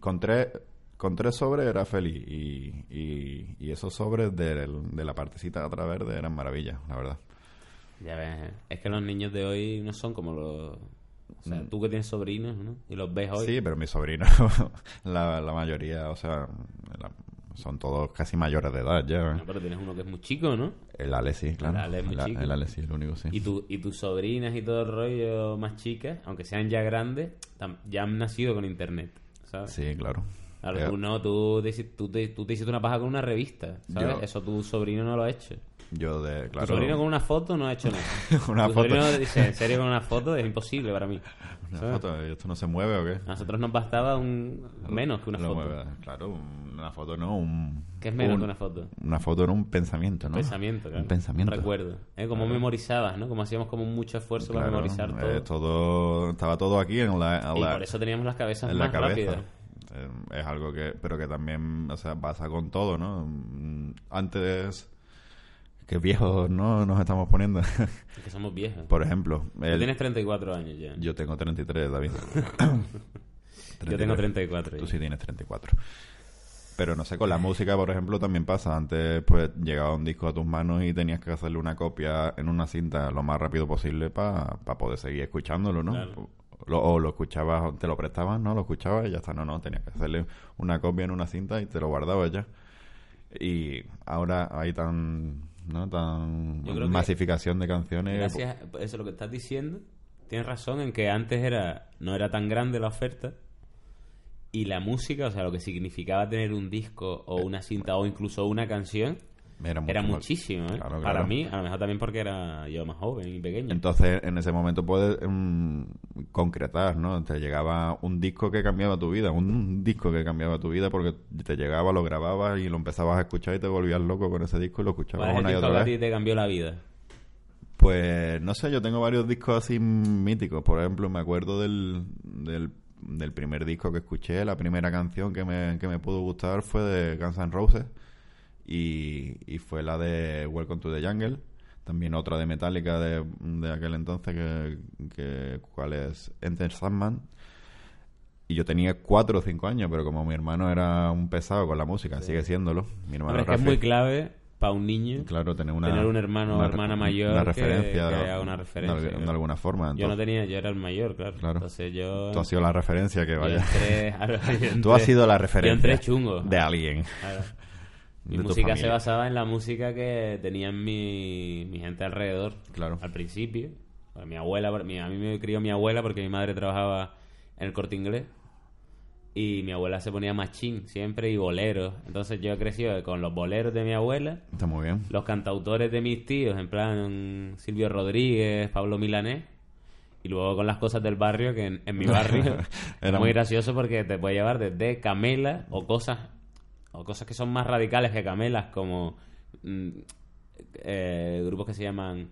B: Con tres, con tres sobres era feliz y, y- y esos sobres del- de, la partecita de atrás verde eran maravillas, la verdad.
A: Ya ves, ¿eh? es que los niños de hoy no son como los. O sea, tú que tienes sobrinos, ¿no? Y los ves hoy.
B: Mm. Sí, pero mis sobrinos, la, la mayoría, o sea, la- son todos casi mayores de edad ya. ¿eh?
A: No, Ah, pero tienes uno que es muy chico, ¿no?
B: El Ale sí, claro.
A: Ale es muy
B: La-
A: chico.
B: el Ale sí, el único sí.
A: Y, tu, y tus sobrinas y todo el rollo más chicas, aunque sean ya grandes, tam- ya han nacido con internet, ¿sabes?
B: Sí, claro.
A: Claro,
B: Eh,
A: Ah, tú no, tú te, hici- tú, te, tú te hiciste una paja con una revista, ¿sabes?
B: Yo-
A: Eso tu sobrino no lo ha hecho.
B: Yo de, claro.
A: Tu sobrino con una foto no ha hecho nada.
B: Una
A: tu
B: foto.
A: sobrino dice, en serio, con una foto es imposible para mí.
B: una
A: ¿sabes?
B: foto, ¿esto no se mueve o qué?
A: A nosotros nos bastaba un menos que una
B: Lo
A: foto.
B: mueve, Claro, una foto no, un...
A: ¿Qué es menos
B: un-
A: que una foto?
B: Una foto no, un pensamiento, ¿no?
A: Pensamiento, claro.
B: Un pensamiento.
A: Un recuerdo. ¿eh? Como memorizabas, ¿no? Como hacíamos como mucho esfuerzo para
B: Claro,
A: memorizar todo.
B: eh, todo- Estaba todo aquí en la, en
A: Y
B: la-
A: por eso teníamos las cabezas
B: en
A: más
B: la cabeza.
A: rápidas.
B: Eh, Es algo que, pero que también, o sea, pasa con todo, ¿no? Mm, Antes, qué viejos, ¿no? Nos estamos poniendo.
A: Es que somos viejos.
B: Por ejemplo,
A: Tú
B: el-
A: tienes 34 años ya.
B: Yo tengo 33, David.
A: Yo tengo 34.
B: Tú
A: ya.
B: sí tienes 34. Pero no sé, con la música, por ejemplo, también pasa. Antes, pues, llegaba un disco a tus manos y tenías que hacerle una copia en una cinta lo más rápido posible para poder seguir escuchándolo, ¿no?
A: Claro.
B: Lo- o lo escuchabas, te lo prestabas, ¿no? Lo escuchabas y ya está. No, no, tenías que hacerle una copia en una cinta y te lo guardabas ya. Y ahora hay tan, ¿no? Tan
A: Yo creo que-
B: masificación de canciones.
A: Gracias, pues, eso es lo que estás diciendo. Tienes razón en que antes era no era tan grande la oferta y la música, o sea, lo que significaba tener un disco o una cinta o incluso una canción
B: pues, Era,
A: era
B: mucho más-
A: muchísimo, ¿eh?
B: Claro,
A: Para
B: claro.
A: mí, a lo mejor también porque era yo más joven y pequeño.
B: Entonces, en ese momento puedes mm, concretar, ¿no? Te llegaba un disco que cambiaba tu vida, un disco que cambiaba tu vida porque te llegaba, lo grababas y lo empezabas a escuchar y te volvías loco con ese disco y lo escuchabas
A: ¿Cuál Pues es el
B: una y
A: disco que
B: otra
A: a ti
B: vez.
A: te cambió la vida?
B: Pues, no sé, yo tengo varios discos así míticos. Por ejemplo, me acuerdo del, del, del primer disco que escuché, la primera canción que me, que me pudo gustar fue de Guns N' Roses y, y fue la de Welcome to the Jungle. También otra de Metallica de, de aquel entonces, que, que- cuál es Enter Sandman. Y yo tenía cuatro o cinco años, pero como mi hermano era un pesado con la música, sigue siéndolo. Mi hermano
A: Hombre, es que es
B: Rafi,
A: muy clave para un niño
B: claro, tener, una,
A: tener un hermano o
B: una-
A: hermana mayor
B: una
A: que-
B: referencia,
A: que
B: de-
A: haga una
B: de-
A: referencia,
B: de,
A: claro.
B: alguna forma.
A: Yo no
B: Entonces,
A: tenía, yo era el mayor, claro.
B: Claro.
A: Entonces yo...
B: Tú has sido la referencia que
A: yo
B: vaya.
A: entré- claro, yo
B: Tú has
A: entré-
B: sido
A: Yo
B: la
A: entré
B: referencia
A: chungo.
B: de alguien.
A: Claro. Mi
B: de tu
A: música se
B: familia.
A: basaba en la música que tenían mi, mi gente alrededor.
B: Claro.
A: Al principio. Bueno, Mi abuela, mi- a mí me crió mi abuela porque mi madre trabajaba en el corte inglés. Y mi abuela se ponía machín siempre y boleros. Entonces yo he crecido con los boleros de mi abuela,
B: Está muy bien.
A: los cantautores de mis tíos, en plan Silvio Rodríguez, Pablo Milanés. Y luego con las cosas del barrio, que en, en mi barrio
B: Era
A: es muy
B: un-
A: gracioso porque te puede llevar desde camelas o cosas o cosas que son más radicales que camelas, como mm, eh, grupos que se llaman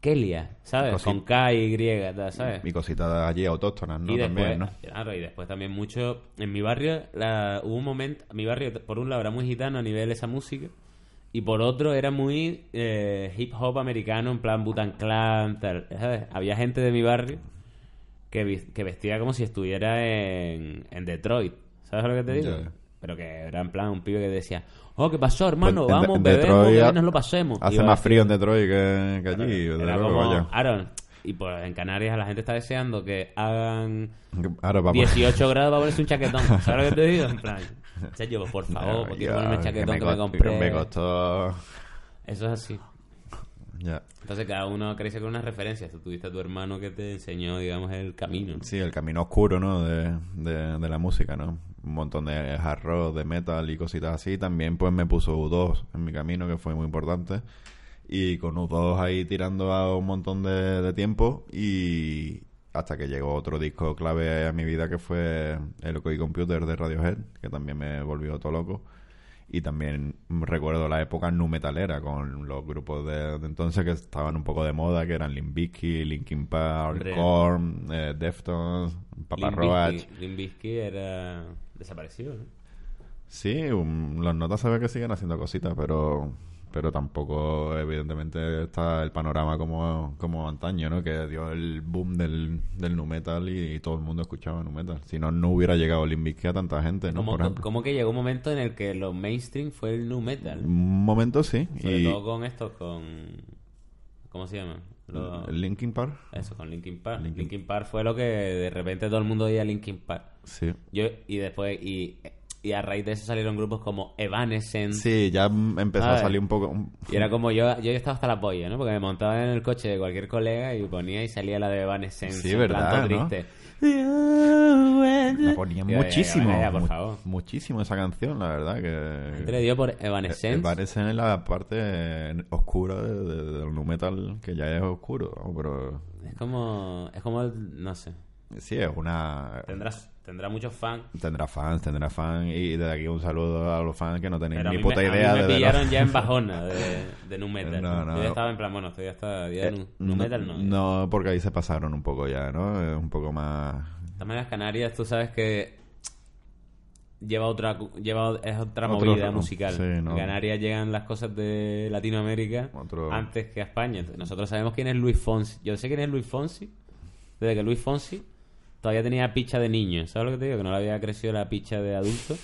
A: Kelia, ¿sabes?
B: Cosi-
A: Con K y griega, tal, ¿sabes?
B: Y cositas de allí autóctonas, ¿no?
A: y después,
B: También, ¿no?
A: claro, y después también mucho. En mi barrio la- hubo un momento. Mi barrio, por un lado, era muy gitano a nivel de esa música. Y por otro, era muy eh, hip hop americano, en plan Butan Clan, tal. ¿sabes? Había gente de mi barrio que, vi- que vestía como si estuviera en, en Detroit. ¿Sabes lo que te digo?
B: Ya.
A: Pero que era en plan un pibe que decía: Oh, ¿qué pasó, hermano?
B: Pues en-
A: Vamos,
B: en
A: bebemos,
B: Detroit
A: que
B: ha-
A: bien nos lo pasemos.
B: Hace
A: Iba
B: más
A: así.
B: frío en Detroit que, que allí. desde
A: Era
B: luego,
A: como,
B: vaya.
A: Aaron, y pues en Canarias la gente está deseando que hagan
B: Ahora vamos.
A: 18 grados va a ponerse un chaquetón. ¿Sabes lo que te digo? En plan, Sergio, pues, por favor, porque
B: Ya,
A: ponerme el chaquetón que me,
B: cost-
A: compré.
B: me costó.
A: Eso es así.
B: Ya.
A: Entonces cada uno crece con unas referencias. Tú tuviste a tu hermano que te enseñó, digamos, el camino.
B: Sí, el camino oscuro, ¿no? De, de, de la música, ¿no? Un montón de hard rock, de metal y cositas así. También, pues, me puso U2 en mi camino, que fue muy importante. Y con U2 ahí tirando a un montón de, de tiempo y hasta que llegó otro disco clave a mi vida que fue El OK Computer de Radiohead, que también me volvió todo loco. Y también recuerdo la época nu metalera con los grupos de, de entonces que estaban un poco de moda, que eran Limp Bizkit, Linkin Park,
A: Hombre.
B: Korn, eh, Deftones, Papa
A: Limp
B: Roach.
A: Bizkit- Limp Bizkit era desaparecido, ¿no?
B: Sí, um, los notas se ve que siguen haciendo cositas, pero pero tampoco evidentemente está el panorama como, como antaño, ¿no? Que dio el boom del, del nu metal y, todo el mundo escuchaba nu metal. Si no, no hubiera llegado Limp Bizkit a tanta gente, ¿no?
A: Como,
B: Por ejemplo.
A: como que llegó un momento en el que lo mainstream fue el nu metal.
B: Un momento sí.
A: Sobre
B: y
A: todo con estos, con... ¿Cómo se llama? Los-
B: Linkin Park,
A: Eso, con Linkin Park.
B: Linkin-
A: Linkin Park fue lo que de repente todo el mundo oía Linkin Park.
B: sí.
A: Yo, y después, y, y a raíz de eso salieron grupos como Evanescence.
B: Sí, ya mm, empezó a
A: Ah,
B: salir un poco... un-
A: Y era como yo, yo estaba hasta las boyas, ¿no? Porque me montaba en el coche de cualquier colega y ponía y salía la de Evanescence.
B: Sí,
A: en plan
B: ¿verdad,
A: todo
B: no?
A: triste.
B: La ponían
A: Ya, ya, ya,
B: muchísimo.
A: ya, ya, por
B: mu-
A: favor.
B: Muchísimo esa canción, la verdad. Que...
A: Te le dio por Evanescence.
B: Parecen en la parte eh, oscura de- de- del nu metal, que ya es oscuro, ¿no? pero
A: Es como, es como, el- no sé,
B: sí, es una...
A: tendrás, tendrá muchos fans.
B: Tendrá fans, tendrá fans, y desde aquí un saludo a los fans que no tenéis
A: Pero a
B: ni
A: mí
B: puta
A: me, a mí
B: idea
A: me
B: de... de
A: pillaron
B: lo-
A: ya en bajona de, de nu metal.
B: No, no.
A: Yo ya estaba en plan, bueno, estoy hasta ya
B: Eh,
A: nu, nu metal no.
B: No, porque ahí se pasaron un poco ya, ¿no? Es un poco más...
A: De todas maneras, Canarias, tú sabes que lleva otra cu- lleva es otra
B: Otro
A: movida
B: ritmo,
A: musical.
B: sí,
A: En
B: ¿no?
A: Canarias llegan las cosas de Latinoamérica
B: Otro-
A: antes que a España. Entonces, Nosotros sabemos quién es Luis Fonsi. Yo sé quién es Luis Fonsi desde que Luis Fonsi todavía tenía picha de niño. ¿Sabes lo que te digo? Que no le había crecido la picha de adulto.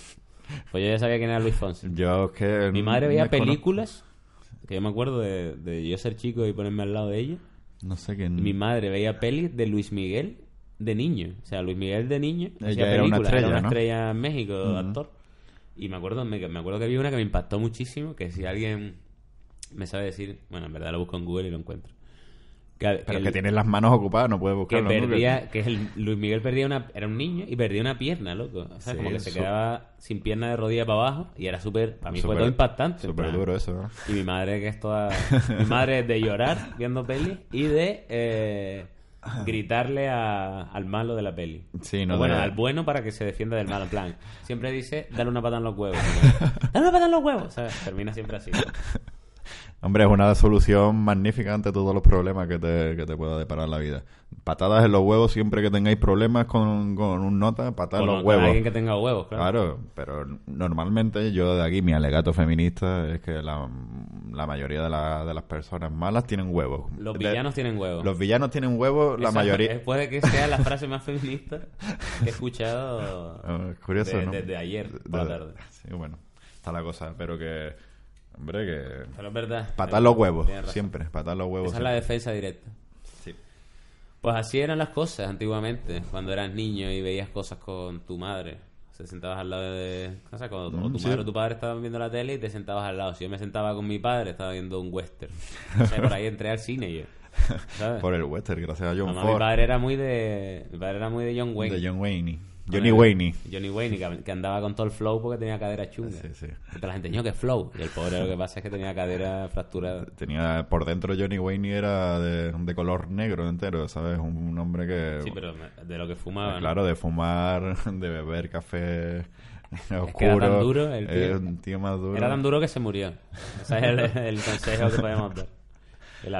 A: Pues yo ya sabía quién era Luis Fonsi.
B: Yo es que...
A: Mi madre
B: me
A: veía
B: cono-
A: películas que yo me acuerdo de, de yo ser chico y ponerme al lado de ella.
B: No sé quién...
A: Mi madre veía pelis de Luis Miguel de niño. O sea, Luis Miguel de niño
B: Ella
A: hacía
B: Eh, era una
A: películas,
B: estrella, ¿no?
A: estrella en México, actor. Y me acuerdo, me, me acuerdo que vi una que me impactó muchísimo, que si alguien me sabe decir, bueno, en verdad lo busco en Google y lo encuentro. Que,
B: Pero
A: el-
B: es que tienes las manos ocupadas, no puedes
A: que
B: buscarlo. ¿no?
A: perdía, que el- Luis Miguel perdía una, era un niño y perdía una pierna, loco. O sea,
B: Sí,
A: como que se
B: su-
A: quedaba sin pierna de rodilla para abajo y era súper, para mí fue
B: Súper-
A: todo impactante. en
B: Súper
A: plan,
B: duro eso, ¿no?
A: y mi madre que es toda... Mi madre es de llorar viendo pelis y de eh, gritarle a- al malo de la peli.
B: Sí, no
A: O bueno,
B: de-
A: al bueno para que se defienda del malo. En plan, siempre dice, dale una patada en los huevos. ¿no? Dale una patada en los huevos. O sea, termina siempre así.
B: Hombre, es una solución magnífica ante todos los problemas que te, que te pueda deparar la vida. Patadas en los huevos siempre que tengáis problemas con, con un nota, patadas
A: Con-
B: en los
A: con
B: huevos.
A: alguien que tenga huevos, claro.
B: Claro, pero normalmente yo de aquí, mi alegato feminista es que la, la mayoría de, la- de las personas malas tienen huevos.
A: Los
B: De-
A: villanos tienen huevos.
B: los villanos tienen huevos, la
A: Esa
B: mayoría...
A: fue- Puede que sea la frase más feminista que he escuchado
B: Ah, Es curioso,
A: de-
B: ¿no?
A: desde ayer por la
B: De-
A: tarde.
B: Sí, bueno, está la cosa, pero que... Hombre, que...
A: Pero es verdad.
B: Patar los huevos,
A: Tienes razón.
B: siempre, patar los huevos.
A: Esa es la defensa directa.
B: siempre. Sí.
A: Pues así eran las cosas antiguamente, cuando eras niño y veías cosas con tu madre. Se sentabas al lado de... O sea, cuando tu,
B: Mm,
A: tu
B: sí.
A: madre o tu padre estaban viendo la tele y te sentabas al lado. Si yo me sentaba con mi padre, estaba viendo un western. O sea, por ahí entré al cine yo. ¿Sabes?
B: Por el western, gracias a John
A: Además, mi
B: Ford.
A: padre era muy de... Mi padre era muy de John Wayne.
B: De John Wayne.
A: Con
B: Johnny
A: el-
B: Wayne.
A: Johnny Wayne, que, que andaba con todo el flow porque tenía cadera chunga.
B: Sí, sí.
A: Entonces la gente, ño, que flow. Y el pobre lo que pasa es que tenía cadera fracturada.
B: Tenía por dentro Johnny Wayne era de, de color negro entero, ¿sabes? Un, un hombre que
A: Sí, pero me- de lo que fumaba. ¿no?
B: Ah, claro, de fumar, de beber café oscuro.
A: que era tan duro el tío.
B: Eh, un tío más duro.
A: Era tan duro que se murió. Ese es el, el consejo que podemos dar. El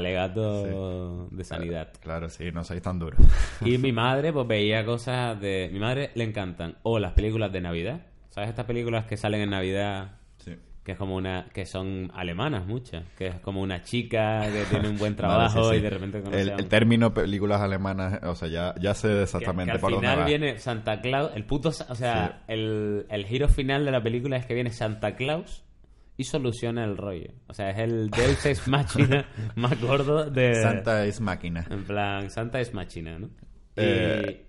A: alegato de sanidad.
B: Claro, sí, no sois tan duro.
A: Y mi madre, pues veía cosas de. Mi madre le encantan. O las películas de Navidad. ¿Sabes estas películas que salen en Navidad?
B: Sí.
A: Que es como una. que son alemanas muchas. Que es como una chica que tiene un buen
B: Vale, sí,
A: trabajo
B: sí.
A: y de repente conoce
B: el,
A: a un-
B: el término películas alemanas, o sea, ya, ya sé
A: que- que
B: exactamente
A: al
B: por
A: final
B: dónde va.
A: viene Santa Claus, el puto, sa- o sea, el, el giro final de la película es que viene Santa Claus y soluciona el rollo. O sea, es el Deus Ex Machina más gordo de Ah.
B: Santa es máquina.
A: en plan Santa es Machina, ¿no? Y-
B: Eh.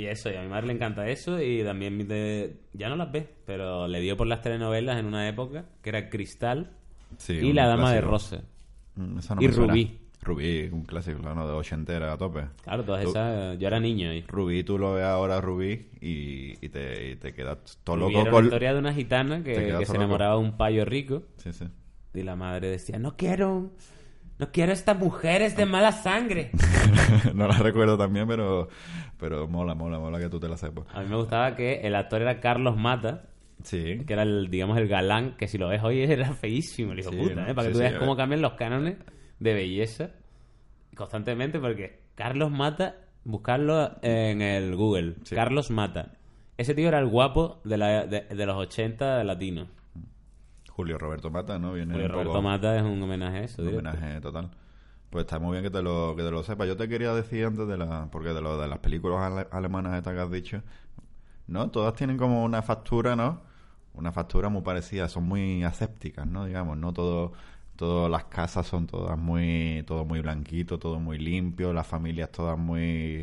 A: Y, eso, y a mi madre le encanta eso y también de- ya no las ve, pero le dio por las telenovelas en una época que era Cristal
B: Sí,
A: y
B: un
A: La Dama de
B: clásico.
A: Rosa.
B: Mm, esa no
A: Y
B: me suena.
A: Rubí.
B: Rubí, un clásico, ¿no? De ochentera a tope.
A: Claro, todas
B: Tú-
A: esas, yo era niño y
B: Rubí, tú lo ves ahora Rubí y, y te, y te quedas todo
A: Y
B: loco
A: era una
B: con...
A: historia de una gitana
B: Te
A: que,
B: quedas
A: que se
B: loco.
A: enamoraba de un payo rico
B: Sí, sí.
A: Y la madre decía, no quiero, no quiero estas mujeres de mala sangre.
B: no la recuerdo también, pero, pero mola, mola, mola que tú te la sepas.
A: A mí me gustaba que el actor era Carlos Mata,
B: Sí.
A: que era el, digamos, el galán, que si lo ves hoy era feísimo, el hijo
B: Sí,
A: puta,
B: ¿no?
A: ¿eh? Para que
B: Sí,
A: tú
B: sí,
A: veas
B: eh.
A: cómo cambian los cánones de belleza constantemente, porque Carlos Mata, buscarlo en el Google,
B: Sí.
A: Carlos Mata. Ese tío era el guapo de, la, de, de los 80 latinos.
B: Julio Roberto Mata, ¿no? Viene
A: Porque
B: un poco-
A: Roberto Mata es un homenaje a eso.
B: Un
A: tío.
B: homenaje total. Pues está muy bien que te lo, que te lo sepas. Yo te quería decir antes de la... Porque de, lo, de las películas ale- alemanas estas que has dicho, ¿no? Todas tienen como una factura, ¿no? Una factura muy parecida. Son muy asépticas, ¿no? Digamos, no todo... Todas las casas son todas muy... Todo muy blanquito, todo muy limpio. Las familias todas muy...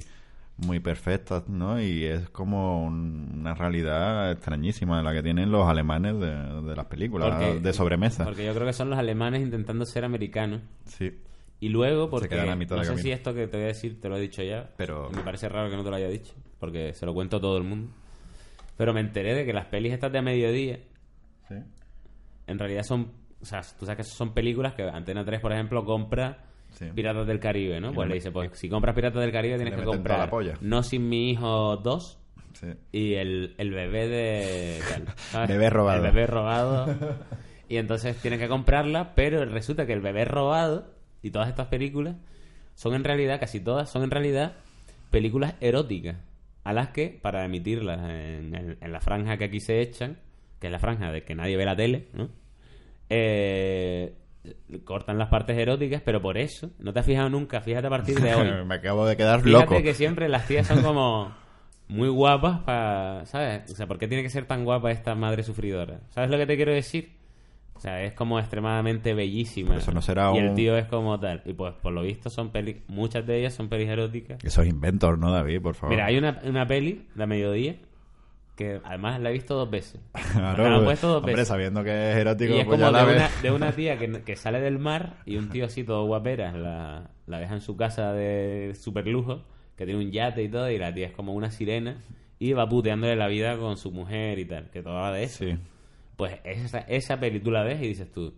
B: Muy perfectas, ¿no? Y es como un- una realidad extrañísima la que tienen los alemanes de, de las películas,
A: Porque-
B: de sobremesa.
A: Porque yo creo que son los alemanes intentando ser americanos.
B: Sí.
A: Y luego, porque
B: quedan a mitad
A: no
B: de
A: sé
B: camino.
A: si esto que te voy a decir te lo he dicho ya,
B: Pero-
A: y me parece raro que no te lo haya dicho, porque se lo cuento a todo el mundo. Pero me enteré de que las pelis estas de a mediodía,
B: Sí.
A: en realidad son, o sea, tú sabes que son películas que Antena 3, por ejemplo, compra
B: Sí.
A: Piratas del Caribe, ¿no?
B: Y
A: Pues le
B: le met-
A: dice, pues si compras Piratas del Caribe tienes que
B: le meten toda la
A: comprar
B: polla.
A: No sin mi hijo 2
B: Sí.
A: y el, el bebé de... tal, ¿sabes?
B: Bebé robado.
A: El bebé robado. Y entonces tienen que comprarla, pero resulta que el bebé robado y todas estas películas son en realidad, casi todas, son en realidad películas eróticas. A las que, para emitirlas en, en- en la franja que aquí se echan, que es la franja de que nadie ve la tele, ¿no? Eh, cortan las partes eróticas, pero por eso, no te has fijado nunca, fíjate a partir de hoy.
B: Me acabo de quedar
A: Fíjate
B: loco.
A: que siempre las tías son como muy guapas para, ¿sabes? O sea, ¿por qué tiene que ser tan guapa esta madre sufridora? ¿Sabes lo que te quiero decir? O sea, es como extremadamente bellísima.
B: Pero eso no será
A: y el
B: un-
A: tío es como tal. Y pues, por lo visto, son peli... muchas de ellas son pelis eróticas.
B: Eso es inventor, ¿no, David? Por favor.
A: Mira, hay una, una peli, La Mediodía, que además la he visto dos veces.
B: Claro,
A: Me la han
B: pues,
A: puesto dos
B: hombre,
A: veces.
B: sabiendo que es erótico,
A: Y es
B: pues
A: como
B: ya la
A: de
B: ves.
A: una, de una tía que, que sale del mar y un tío así todo guapera la, la deja en su casa de super lujo, que tiene un yate y todo, y la tía es como una sirena y va puteándole la vida con su mujer y tal, que todo va de eso.
B: Sí.
A: Pues esa, esa peli tú la ves y dices tú,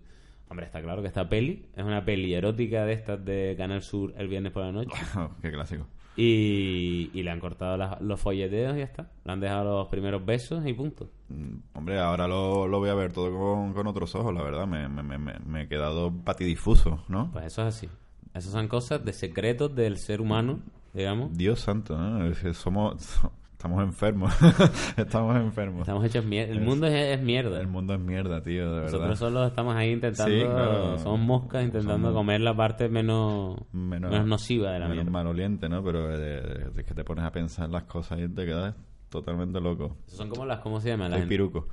A: hombre, está claro que esta peli es una peli erótica de estas de Canal Sur el viernes por la noche.
B: Oh, Qué clásico.
A: Y, y le han cortado las- los folleteos y ya está. Le han dejado los primeros besos y punto.
B: Mm, Hombre, ahora lo, lo voy a ver todo con, con otros ojos, la verdad. Me, me, me, me- me he quedado patidifuso, ¿no?
A: Pues eso es así. Esas son cosas de secretos del ser humano, digamos.
B: Dios santo, ¿no? Es que somos... Estamos enfermos. estamos enfermos.
A: Estamos hechos mierda. El mundo es, es mierda.
B: El mundo es mierda, tío, de verdad.
A: Nosotros solo estamos ahí intentando.
B: Sí, claro.
A: Somos moscas intentando
B: Somos-
A: comer la parte menos, menos,
B: Menos-
A: nociva de la
B: Menos
A: mierda.
B: maloliente, ¿no? Pero eh, es que te pones a pensar las cosas y te quedas totalmente loco.
A: Eso son como las. ¿Cómo se llama? La
B: Soy
A: gente?
B: piruco.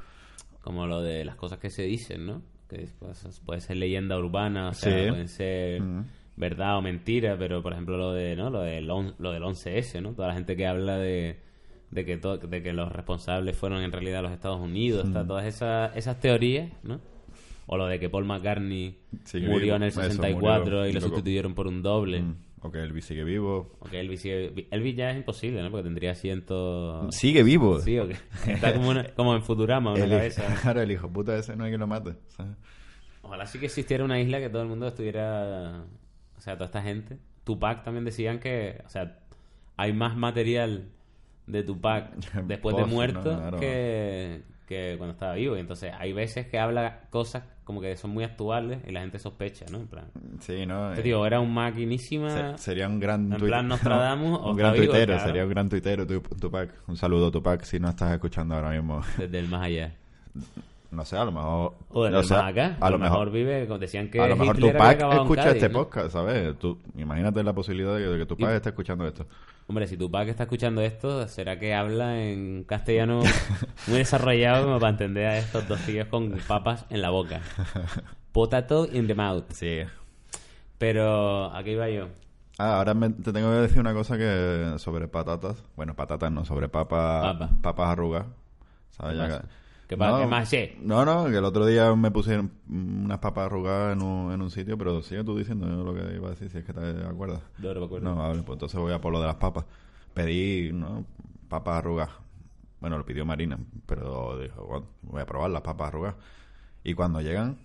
A: Como lo de las cosas que se dicen, ¿no? Que después puede ser leyenda urbana, o sea,
B: Sí. Mm.
A: pueden ser.
B: Ujú.
A: Verdad o mentira, pero por ejemplo lo de no lo del, on- lo del 11S, ¿no? Toda la gente que habla de, de, que, to- de que los responsables fueron en realidad los Estados Unidos,
B: Mm.
A: está- todas esas, esas teorías, ¿no? O lo de que Paul McCartney
B: Sí, que
A: murió
B: vivo.
A: en el
B: Eso,
A: 64
B: murió,
A: y lo
B: loco.
A: sustituyeron por un doble.
B: Mm, Ok, Elvis sigue vivo.
A: O que Elvis, sigue- Elvis ya es imposible, ¿no? Porque tendría ciento...
B: Mm, ¿Sigue vivo?
A: Sí, o que está como, una- como en Futurama, una
B: el,
A: cabeza.
B: Claro, el hijo puta ese no hay que lo mate. ¿sabes?
A: Ojalá sí que existiera una isla que todo el mundo estuviera. O sea, toda esta gente. Tupac también decían que. O sea, hay más material de Tupac después de
B: Post, ¿no?
A: muerto
B: Claro.
A: que, que cuando estaba vivo. Y entonces hay veces que habla cosas como que son muy actuales y la gente sospecha, ¿no? En plan.
B: Sí, ¿no?
A: Este
B: Eh,
A: tío era un maquinísima.
B: se- sería un gran
A: en plan Nostradamus o
B: un gran
A: está vivo,
B: tuitero,
A: claro.
B: sería un gran tuitero tu- Tupac. Un saludo Tupac si no estás escuchando ahora mismo.
A: Desde el más allá.
B: No sé, a lo mejor...
A: O desde
B: no
A: el
B: sé,
A: más acá.
B: A lo mejor...
A: vive. como Decían que.
B: a lo mejor
A: Hitler había
B: Tupac
A: acabado en
B: escucha
A: Cádiz,
B: este
A: ¿no?
B: podcast, ¿sabes? Tú, imagínate la posibilidad de que, de que Tupac esté escuchando esto.
A: Hombre, si Tupac está escuchando esto, ¿será que habla en castellano muy desarrollado como para entender a estos dos tíos con papas en la boca? Potato in the mouth.
B: Sí.
A: Pero aquí iba yo.
B: Ah, ahora me- te tengo que decir una cosa que sobre patatas. Bueno, patatas no, sobre papas
A: Papa.
B: papas arrugas. ¿Sabes?
A: ¿Qué
B: Ya
A: pasa?
B: que-
A: ¿Qué pasa? ¿Qué más, che?
B: No, no, que el otro día me pusieron unas papas arrugadas en un, en un sitio, pero sigue tú diciendo yo lo que iba a decir, si es que te acuerdas.
A: No, no me acuerdo.
B: No, vale, pues entonces voy a por lo de las papas. Pedí, ¿no? Papas arrugadas. Bueno, lo pidió Marina, pero dijo, bueno, voy a probar las papas arrugadas. Y cuando llegan,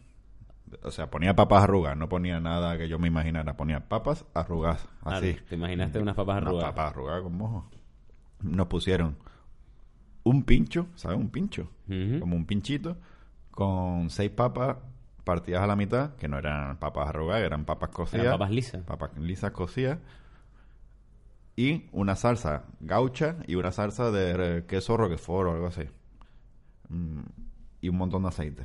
B: O sea, ponía papas arrugas, no ponía nada que yo me imaginara. Ponía papas arrugas, así.
A: Claro, Ah, ¿Te imaginaste unas papas
B: Unas
A: arrugadas?
B: papas arrugadas con mojo. Nos pusieron un pincho, ¿sabes? Un pincho.
A: Ujú.
B: Como un pinchito con seis papas partidas a la mitad, que no eran papas arrugadas, eran papas cocidas.
A: Eran papas lisas.
B: Papas lisas cocidas. Y una salsa gaucha y una salsa de eh, queso roquefort o algo así. Mm, Y un montón de aceite.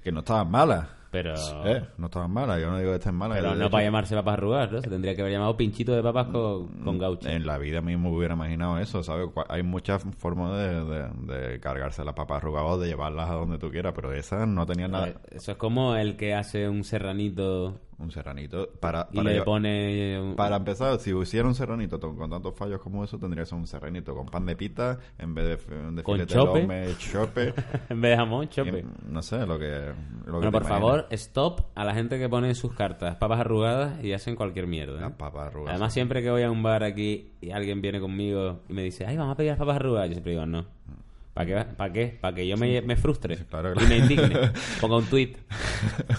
B: que no estaban malas.
A: Pero,
B: Eh, no estaban malas. Yo no digo que estén malas.
A: Ah. pero
B: Yo, de
A: no
B: hecho,
A: para llamarse papas arrugadas, ¿no? Se tendría que haber llamado pinchito de papas con,
B: Mm,
A: con gaucho.
B: En la vida mismo hubiera imaginado eso, ¿sabes? Cu- Hay muchas formas de, de- de cargarse las papas arrugadas o de llevarlas a donde tú quieras, pero esa no tenía nada.
A: Eso es como el que hace un serranito
B: Un serranito. Para,
A: y
B: para
A: le
B: llevar-
A: pone... un-
B: Para empezar, si hiciera un serranito to- con tantos fallos como eso, tendría que ser un serranito con pan de pita en vez de, f- de
A: Con
B: filete
A: chope.
B: lome, chope.
A: en vez de jamón,
B: y,
A: chope.
B: no sé, lo que. Lo que
A: Bueno,
B: te
A: por
B: imaginas.
A: favor, stop a la gente que pone en sus cartas papas arrugadas y hacen cualquier mierda.
B: Las
A: ¿eh?
B: papas arrugadas.
A: Además, siempre que voy a un bar aquí y alguien viene conmigo y me dice, ay, vamos a pedir las papas arrugadas, yo siempre digo, no. ¿Para qué? ¿Para qué? Para que yo me, me frustre
B: claro,
A: y
B: claro.
A: me indigne. Ponga un tweet.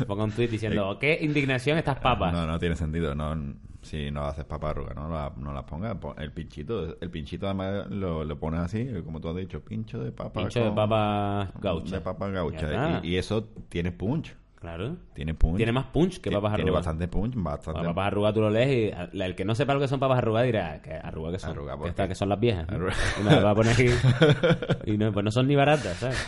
A: Ponga un tweet diciendo, qué indignación estas papas.
B: No, no tiene sentido. No, si no haces paparruga, no, la- no las pongas. pon- El pinchito, el pinchito además lo, lo pones así, como tú has dicho, pincho de papa.
A: Pincho de
B: con-
A: papas gauchas.
B: De papa
A: Ya
B: gaucha.
A: está.
B: Y, y eso tiene punch.
A: Claro.
B: Tiene punch.
A: Tiene más punch que
B: Ti-
A: papas
B: Tiene
A: arrugadas.
B: bastante punch, bastante.
A: Bueno, papas arrugadas tú lo lees y a- la- el que no sepa lo que son papas arrugadas dirá "Ah, que arrugas que son.
B: Arruga, ¿por
A: que, está-
B: qué?
A: que son las viejas. ¿no?
B: Arruga.
A: Y me las va a poner aquí. Y no, pues no son ni baratas, ¿sabes?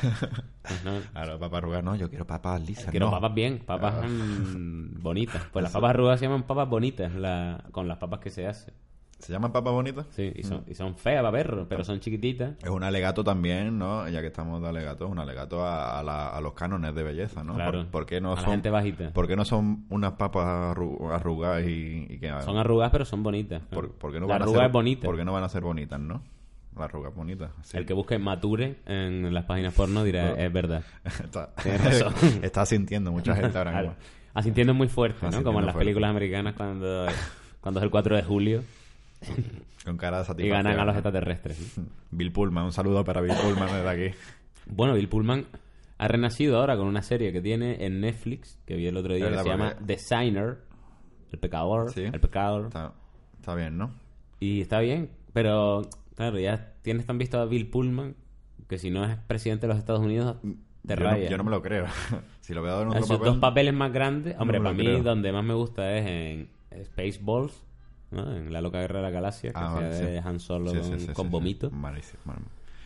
A: Pues no.
B: Claro, paparruga no, yo quiero papas lisas.
A: Quiero
B: no. Ah.
A: papas bien, papas mm, bonitas. Pues las papas arrugadas se llaman papas bonitas la- con las papas que se hacen.
B: ¿Se llaman papas bonitas?
A: Sí, y
B: Mm.
A: son, y son feas para perros, pero son chiquititas.
B: Es un alegato también, ¿no? Ya que estamos de alegato, es un alegato a, a la- a los cánones de belleza, ¿no?
A: Claro.
B: ¿Por, por qué
A: A
B: no
A: la
B: son,
A: gente bajita.
B: ¿Por qué no son unas papas arru- arrugadas y, y que
A: Son arrugadas, pero son bonitas. ¿no?
B: por, por qué no
A: la
B: van
A: arruga
B: a ser,
A: es bonita.
B: ¿Por qué no van a ser bonitas, no? La arruga es bonita. sí.
A: El que busque mature en las páginas porno dirá, es verdad.
B: está,
A: Tienes razón.
B: está sintiendo mucha gente ahora
A: Claro.
B: mismo.
A: Asintiendo muy fuerte, ¿no?
B: Asintiendo
A: Como en las
B: fuerte.
A: películas americanas cuando, cuando es el 4 de julio
B: Con cara de
A: y
B: satisfacción.
A: ganan a los extraterrestres. ¿no?
B: Bill Pullman, un saludo para Bill Pullman desde aquí.
A: Bueno, Bill Pullman ha renacido ahora con una serie que tiene en Netflix, que vi el otro día, que
B: ¿Verdad?
A: se llama
B: Porque-
A: The Signer, El Pecador,
B: Sí.
A: El Pecador.
B: Está, está bien, ¿no?
A: Y está bien, pero claro, ya tienes tan visto a Bill Pullman que si no es presidente de los Estados Unidos, te
B: yo, no,
A: raya.
B: yo no me lo creo. si lo voy a dar en
A: En
B: otro
A: sus
B: papel,
A: dos papeles más grandes, hombre,
B: me lo
A: para mí
B: creo.
A: donde más me gusta es en Spaceballs, ¿no? en La Loca Guerra de la Galaxia, que
B: Ah,
A: hacía
B: vale,
A: de
B: sí.
A: Han Solo
B: Sí,
A: con,
B: sí, sí,
A: con
B: sí, sí.
A: vomito.
B: Malísimo, mal-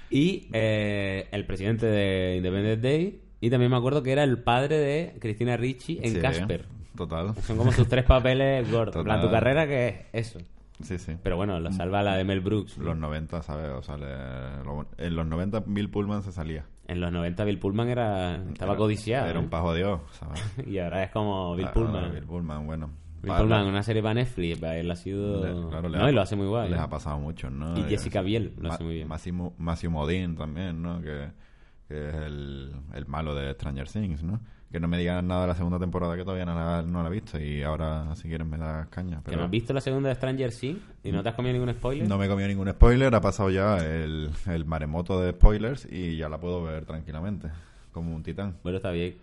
A: Y eh, el presidente de Independence Day. Y también me acuerdo que era el padre de Cristina Ricci en
B: Sí, ¿eh?
A: Casper.
B: Total.
A: Son como sus tres papeles gordos. En plan, tu
B: Total.
A: carrera que es eso.
B: Sí, sí.
A: Pero bueno, lo salva la de Mel Brooks.
B: Los 90, ¿sabes? O sea, le- lo- en los 90 Bill Pullman se salía.
A: En los 90 Bill Pullman era estaba
B: Era-
A: codiciado.
B: Era un
A: ¿eh?
B: pajo de Dios, ¿sabes?
A: Y ahora es como Bill
B: Ah,
A: Pullman.
B: Bill Pullman, bueno.
A: Bill
B: Para-
A: Pullman, una serie para Netflix. para Él ha sido...
B: le- claro, le
A: no,
B: ha-
A: y lo hace muy guay. eh.
B: Les ha pasado mucho, ¿no?
A: Y
B: Eh,
A: Jessica Biel lo hace muy bien.
B: Máximo, Máximo Odín también, ¿no? Que, que es el, el malo de Stranger Things, ¿no? Que no me digan nada de la segunda temporada que todavía no la, no la he visto y ahora si quieres me das caña.
A: ¿Que no
B: Pero
A: has visto la segunda de Stranger Things? ¿Y no te has comido ningún spoiler?
B: Mm. no me he comido ningún spoiler, ha pasado ya el, el maremoto de spoilers y ya la puedo ver tranquilamente, como un titán.
A: Bueno, está bien.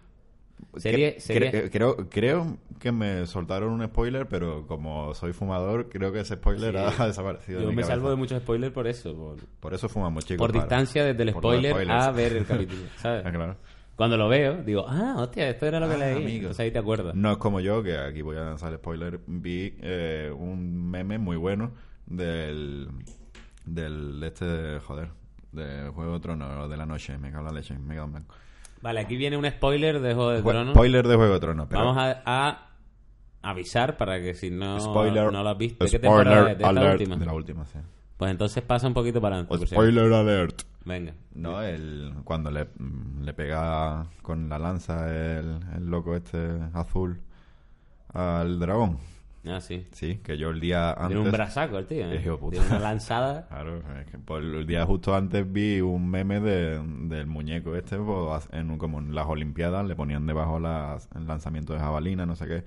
A: Serie-
B: Cre- eh,
A: serie-
B: cre- creo, creo que me soltaron un spoiler, pero como soy fumador, creo que ese spoiler
A: Sí.
B: ha desaparecido. de
A: Yo
B: mi
A: me
B: cabeza.
A: salvo de muchos spoilers por eso. Por,
B: Por eso fumamos, chicos.
A: por
B: para-
A: distancia desde el
B: por los
A: spoiler
B: spoilers.
A: a ver el capítulo, ¿sabes?
B: Ah, claro.
A: Cuando lo veo, digo, ah, hostia, esto era lo que
B: Ah,
A: leí.
B: amigo.
A: Entonces ahí te acuerdas.
B: No es como yo, que aquí voy a lanzar el spoiler. Vi eh, un meme muy bueno del. del. de este. joder. del Juego de Tronos, de la noche. Me cago en la leche, me cago en blanco.
A: Vale, aquí viene un spoiler de Juego de
B: Jue-
A: Tronos.
B: Spoiler de Juego de Tronos, pero.
A: Vamos a, a avisar para que si no,
B: spoiler.
A: no lo has visto, ¿de ¿qué
B: spoiler
A: temporada es? de esta
B: alert.
A: última?
B: De la última, sí.
A: Pues entonces pasa un poquito para adelante. por si acaso.
B: spoiler alert.
A: Venga.
B: No, el, cuando le, mm, le pega con la lanza el, el loco este azul al dragón.
A: Ah, sí.
B: Sí, que yo el día antes...
A: Tiene un brazaco el tío. ¿eh?
B: Hijo de puta.
A: Tiene una lanzada.
B: Claro, es que por el día justo antes vi un meme de, del muñeco este, pues, en un- como en las Olimpiadas le ponían debajo las, el lanzamiento de jabalina, no sé qué.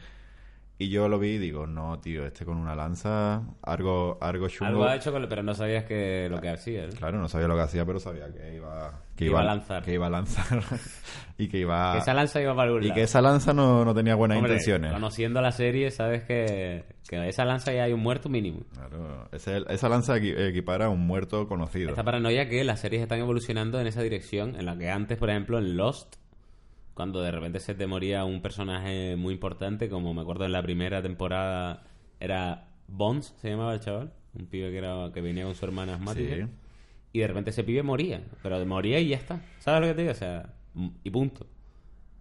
B: Y yo lo vi y digo, no, tío, este con una lanza, algo, algo chungo.
A: Algo ha hecho, con lo- pero no sabías que lo que hacía. ¿eh? ¿no?
B: Claro, no sabía lo que hacía, pero sabía que iba,
A: Que iba a lanzar.
B: Que iba a lanzar. y que iba.
A: Que esa lanza iba para algún
B: Ah. y
A: lado.
B: que esa lanza no, no tenía buenas
A: Hombre,
B: intenciones.
A: Conociendo la serie, sabes que, que esa lanza ya hay un muerto mínimo.
B: Claro, ese- esa lanza equi- equipara a un muerto conocido.
A: Esta paranoia que las series están evolucionando en esa dirección, en la que antes, por ejemplo, en Lost, cuando de repente se te moría un personaje muy importante, como me acuerdo en la primera temporada, era Bones, se llamaba el chaval, un pibe que, era, que venía con su hermana asmática,
B: Sí.
A: y de repente ese pibe moría, pero moría y ya está, ¿sabes lo que te digo? O sea, mm, y punto.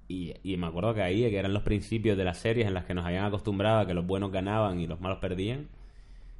A: Y, y me acuerdo que ahí, que eran los principios de las series en las que nos habían acostumbrado a que los buenos ganaban y los malos perdían,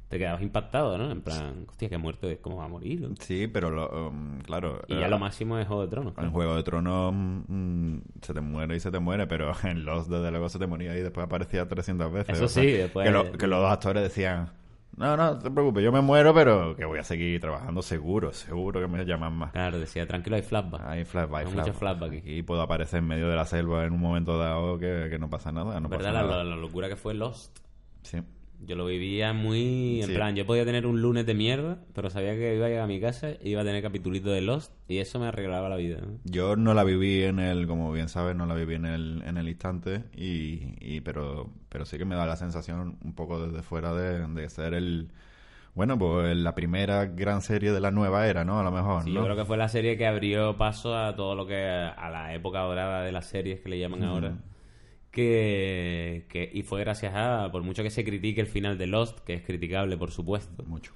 A: te quedabas impactado, ¿no? En plan, hostia, que muerto es, ¿cómo va a morir? no?
B: Sí, pero lo, um, claro.
A: Y ya
B: eh,
A: lo máximo es Juego de Tronos.
B: En Juego de Tronos mm, se te muere y se te muere, pero en Lost desde luego se te moría y después aparecía 300 veces.
A: Eso
B: O sea,
A: sí, después-
B: Que, lo- que los actores decían, no, no, no te preocupes, yo me muero, pero que voy a seguir trabajando seguro, seguro que me llaman más.
A: Claro, decía, tranquilo, hay flashback.
B: Hay flashback,
A: Hay mucho flashback aquí.
B: Y puedo aparecer en medio de la selva en un momento dado que, que no pasa nada, no
A: ¿Verdad?
B: pasa
A: La,
B: nada.
A: la locura que fue Lost.
B: Sí.
A: Yo lo vivía muy... En
B: Sí.
A: plan, yo podía tener un lunes de mierda, pero sabía que iba a llegar a mi casa y iba a tener capitulito de Lost y eso me arreglaba la vida. ¿no?
B: Yo no la viví en el, como bien sabes, no la viví en el, en el instante, y, y- pero, pero sí que me da la sensación un poco desde fuera de, de ser el, bueno, pues la primera gran serie de la nueva era, ¿no? A lo mejor,
A: Sí,
B: ¿no?
A: Yo creo que fue la serie que abrió paso a todo lo que... a la época dorada de las series que le llaman ahora. Que, que- y fue gracias a, por mucho que se critique el final de Lost, que es criticable por supuesto,
B: Pues Mucho.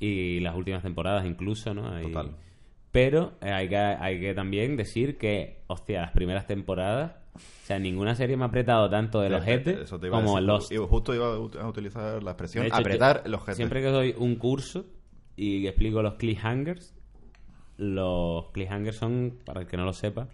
A: y las últimas temporadas incluso, ¿no? Hay-
B: Total.
A: Pero eh, hay, que, hay que también decir que, hostia, las primeras temporadas, o sea, ninguna serie me ha apretado tanto del ojete
B: Eso te iba a
A: como
B: decir.
A: Lost.
B: Y Justo iba a ut- a utilizar
A: De
B: la expresión
A: hecho,
B: apretar
A: yo-
B: el ojete.
A: Siempre que doy un curso y explico los cliffhangers, los cliffhangers son, para el que no lo sepa,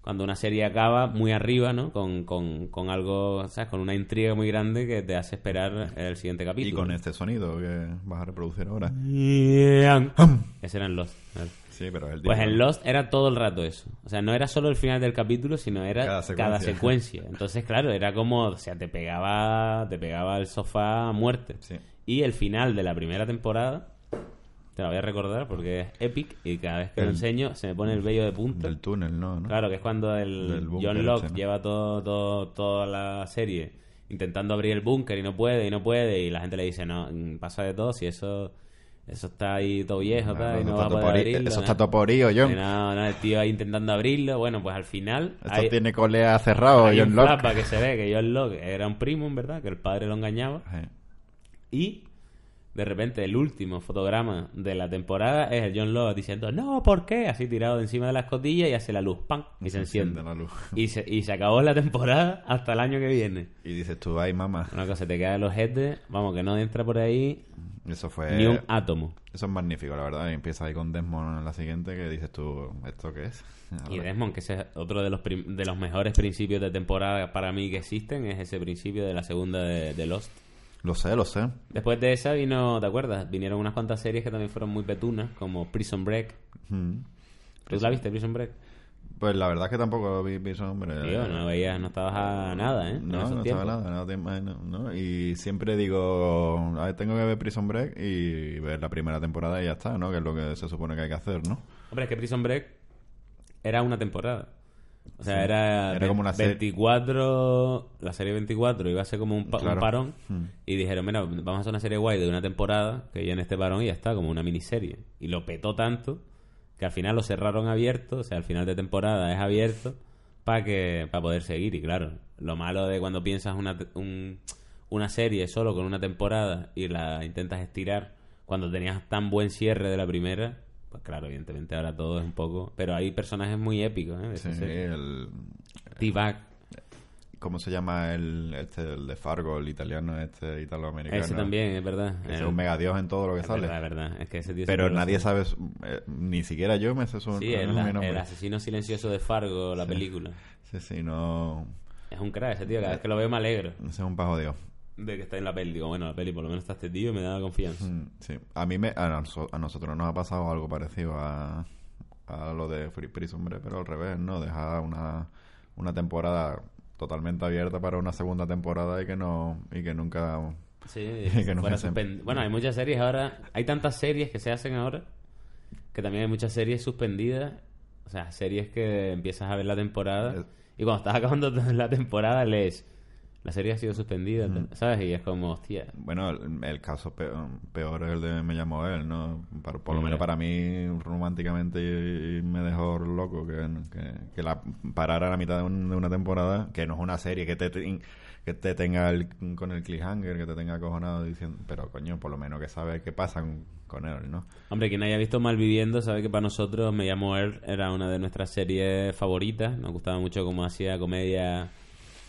A: cuando una serie acaba muy arriba, ¿no? Con, con, con algo, ¿sabes? Con una intriga muy grande que te hace esperar el siguiente capítulo. Mm.
B: Y con este sonido que vas a reproducir ahora.
A: Ese era en Lost. claro.
B: Sí, pero es el
A: Pues
B: tío.
A: en Lost era todo el rato eso. O sea, no era solo el final del capítulo, sino era
B: Cada
A: cada
B: secuencia.
A: secuencia. Entonces, claro, era como, o sea, te pegaba, te pegaba el sofá a muerte.
B: Sí.
A: Y el final de la primera temporada, te la voy a recordar porque es epic y cada vez que
B: El-
A: lo enseño se me pone el vello de punta.
B: Del túnel, ¿no? ¿no?
A: Claro, que es cuando el
B: Del búnker
A: John Locke
B: este, ¿no?
A: lleva todo, todo- toda la serie intentando abrir el búnker y no puede, y no puede, y la gente le dice, no, mm, pasa de todo, si eso eso está ahí todo viejo,
B: Claro,
A: tal, y
B: eso
A: no va a
B: está
A: poder
B: topori-
A: abrirlo.
B: Eso
A: ¿no?
B: está toporío,
A: Y
B: John.
A: no, no, el tío ahí intentando abrirlo, bueno, pues al final...
B: Esto
A: hay-
B: tiene colea cerrado,
A: hay
B: John
A: un
B: Locke.
A: flashback que se ve que John Locke era un primo, en verdad, que el padre lo engañaba,
B: Sí.
A: y de repente el último fotograma de la temporada es el John Locke diciendo, no, ¿por qué? Así tirado de encima de la escotilla y hace la luz, ¡pam! Y se enciende.
B: la luz.
A: Y se, y se acabó la temporada hasta el año que viene.
B: Y dices tú, ay, mamá.
A: Una cosa, te queda el ojete, vamos, que no entra por ahí
B: Eso fue.
A: ni un átomo.
B: Eso es magnífico, la verdad. Y empieza ahí con Desmond en la siguiente que dices tú, ¿esto qué es?
A: Y Desmond, que ese es otro de los, prim- de los mejores principios de temporada para mí que existen, es ese principio de la segunda de, de Lost.
B: Lo sé, lo sé.
A: Después de esa vino, ¿te acuerdas? Vinieron unas cuantas series que también fueron muy petunas, como Prison Break.
B: Mm.
A: ¿Tú la viste, Prison Break?
B: Pues la verdad es que tampoco lo vi, vi eso, hombre.
A: Tío, no veías, no estabas a nada, ¿eh? En
B: Eh, No,
A: esos
B: no estaba
A: tiempos.
B: nada, no, tiempo, eh, no, no. Y siempre digo, "Ay, tengo que ver Prison Break y ver la primera temporada y ya está, ¿no? Que es lo que se supone que hay que hacer, ¿no?
A: Hombre, es que Prison Break era una temporada. O sea, era,
B: Era como una serie.
A: 24, la serie 24 iba a ser como un, pa- un
B: Claro.
A: parón
B: Hmm.
A: y dijeron, mira, vamos a hacer una serie guay de una temporada que en este parón y ya está, como una miniserie. Y lo petó tanto que al final lo cerraron abierto, o sea, al final de temporada es abierto para que para poder seguir y claro, lo malo de cuando piensas una te- un- una serie solo con una temporada y la intentas estirar cuando tenías tan buen cierre de la primera, pues claro, evidentemente ahora todo es un poco, pero hay personajes muy épicos, ¿eh? De esa
B: Sí,
A: serie.
B: el,
A: T-Bag,
B: ¿Cómo se llama el, este, el de Fargo, el italiano, este italoamericano?
A: ese también, es verdad.
B: Ese
A: Eh,
B: es un megadios en todo lo que
A: es
B: sale.
A: verdad, es verdad, es que ese tío
B: Pero
A: siempre lo
B: nadie
A: hace.
B: sabe, su- eh, ni siquiera yo me sé su
A: Sí, el,
B: no sé mi nombre.
A: el asesino silencioso de Fargo, la película.
B: Sí, sí, no.
A: Es un crack ese tío, cada vez que lo veo me alegro
B: no sé, es un pajo de Dios.
A: de que está en la peli. Digo, bueno, la peli por lo menos está este tío y me da confianza.
B: Mm, Sí. A mí me, a, noso- a nosotros nos ha pasado algo parecido a, a lo de Free Prison, hombre, pero al revés, ¿no? Dejar una, una temporada totalmente abierta para una segunda temporada y que no y que nunca
A: Sí,
B: Que no
A: fuera
B: me
A: suspend-
B: sem-
A: Bueno, hay muchas series ahora. Hay tantas series que se hacen ahora que también hay muchas series suspendidas. O sea, series que empiezas a ver la temporada
B: Es-
A: y cuando estás acabando la temporada lees. La serie ha sido suspendida, ¿sabes? Y es como, hostia.
B: Bueno, el, el caso pe- peor, es el de Me llamó él, ¿no? Por, por lo
A: Hombre.
B: menos para mí, románticamente, y- y me dejó loco que, que- que la parara a la mitad de, un- de una temporada, que no es una serie, que te, te- que te tenga el- con el cliffhanger, que te tenga acojonado diciendo, pero coño, por lo menos que sabes qué pasa con, con él, ¿no?
A: Hombre, quien haya visto Malviviendo sabe que para nosotros Me llamo Er era una de nuestras series favoritas. Nos gustaba mucho cómo hacía comedia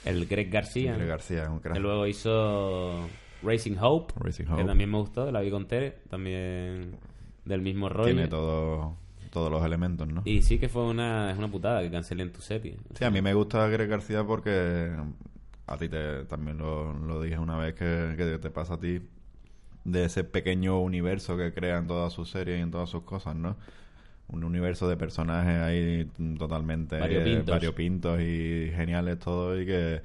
A: el Greg García.
B: Miguel
A: ¿no?
B: García es un crack.
A: Que luego hizo Racing Hope,
B: Racing
A: que
B: Hope.
A: también me gustó, la vi con Tere, también del mismo rollo.
B: Tiene todo, todos los elementos, ¿no?
A: Y sí que fue una, es una putada que cancelen tu serie.
B: Sí, a mí me gusta Greg García porque a ti te, también lo, lo dije una vez que, que te pasa a ti de ese pequeño universo que crea en todas sus series y en todas sus cosas, ¿no? Un universo de personajes ahí mm, totalmente eh,
A: Variopintos.
B: variopintos y geniales todo y que...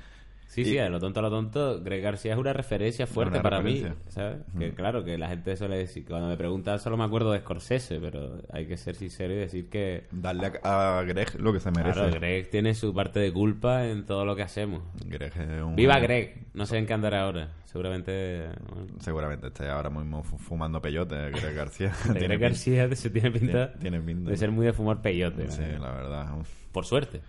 A: Sí,
B: Y-
A: sí, a lo tonto, a lo tonto, Greg García es una referencia fuerte
B: Una
A: para mí,
B: referencia.
A: ¿sabes? Que claro, que la gente suele decir, cuando me preguntan solo me acuerdo de Scorsese, pero hay que ser sincero y decir que...
B: Darle a, a Greg lo que se merece.
A: Claro, Greg tiene su parte de culpa en todo lo que hacemos.
B: Greg es un-
A: ¡Viva Greg! No sé en qué andará ahora. Seguramente... bueno,
B: Seguramente esté ahora mismo fu- fumando peyote, Greg García.
A: Greg García se tiene pinta
B: tiene pinta.
A: de ser muy de fumar peyote.
B: Sí,
A: ¿no?
B: la verdad. Un,
A: Por suerte.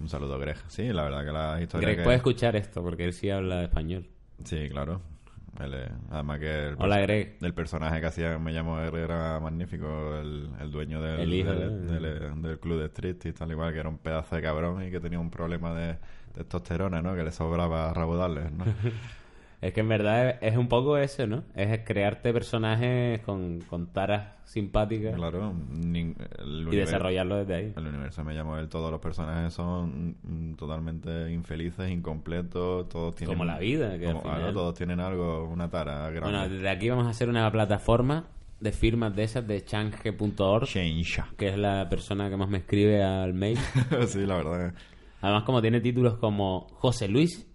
B: un saludo, Greg. Sí, la verdad que la historia
A: Greg
B: que...
A: puede escuchar esto porque él sí habla español.
B: Sí, claro. Él es- además que el,
A: Hola, Greg.
B: el personaje que hacía Me llamo R era magnífico, el, el dueño del,
A: El hijo,
B: del,
A: ¿no?
B: del- del club de striptease, tal igual, que era un pedazo de cabrón y que tenía un problema de testosterona, ¿no? Que le sobraba a Raudales, ¿no?
A: Es que en verdad es- es un poco eso, ¿no? Es crearte personajes con, con taras simpáticas
B: claro. nin-
A: y
B: el univer-
A: desarrollarlo desde ahí.
B: El universo Me llamo él, todos los personajes son mm, totalmente infelices, incompletos, todos tienen...
A: Como la vida, que al
B: como- claro,
A: final-
B: todos tienen algo, una tara grande.
A: Bueno, desde aquí vamos a hacer una plataforma de firmas de esas de change.org,
B: Shengsha.
A: que es la persona que más me escribe al mail.
B: sí, la verdad.
A: Además, como tiene títulos como José Luis,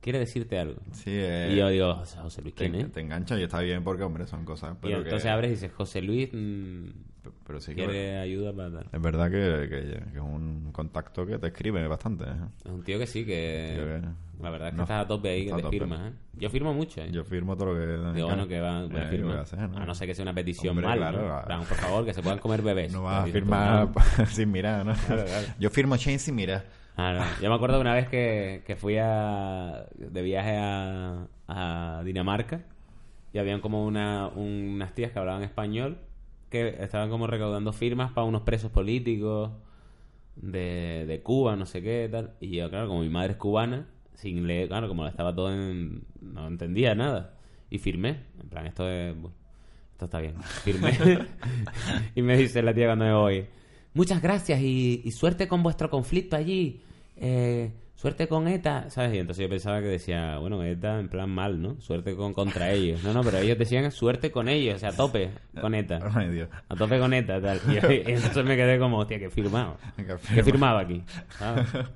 A: quiere decirte algo.
B: Sí, eh,
A: Y yo digo, José Luis,
B: te,
A: ¿quién es?
B: te engancha y está bien porque, hombre, son cosas.
A: Y
B: Pero
A: entonces
B: que,
A: abres y dices, José Luis, mm,
B: p- Pero sí que.
A: quiere ayuda para tal.
B: Es verdad que, que- que es un contacto que te escribe bastante. ¿eh?
A: Es un tío que sí, que...
B: Yo que-
A: La verdad es que
B: no,
A: estás a tope ahí, que
B: está
A: te
B: a tope.
A: firmas, ¿eh? Yo firmo mucho, ¿eh?
B: Yo firmo todo lo que.
A: Digo, bueno, que va, voy a
B: Eh,
A: firmar.
B: voy a hacer, ¿no?
A: A no ser que sea una petición
B: Hombre,
A: mala,
B: claro,
A: ¿no?
B: a-
A: Plan, por favor, que se puedan comer bebés.
B: No vas a
A: Así,
B: firmar
A: pues,
B: sin mirar, ¿no? Yo firmo Chain sin mirar.
A: Ah, no. Yo me acuerdo de una vez que, que fui a, de viaje a, a Dinamarca y habían como una, unas tías que hablaban español que estaban como recaudando firmas para unos presos políticos de, de Cuba, no sé qué, tal. Y yo, claro, como mi madre es cubana, sin leer, claro, como estaba todo en... no entendía nada. Y firmé, en plan, esto es... bueno, esto está bien. Firmé. y me dice la tía cuando me voy. Muchas gracias y, y suerte con vuestro conflicto allí. Eh, suerte con ETA, ¿sabes? Y entonces yo pensaba que decía, bueno, ETA en plan mal, ¿no? Suerte con contra ellos. No, no, pero ellos decían suerte con ellos, o sea, a tope con ETA.
B: Ay, Dios.
A: A tope con ETA, tal. Y, yo- y entonces me quedé como, hostia, que firmado.
B: Que
A: Que firmaba aquí. Ah. ¿sabes?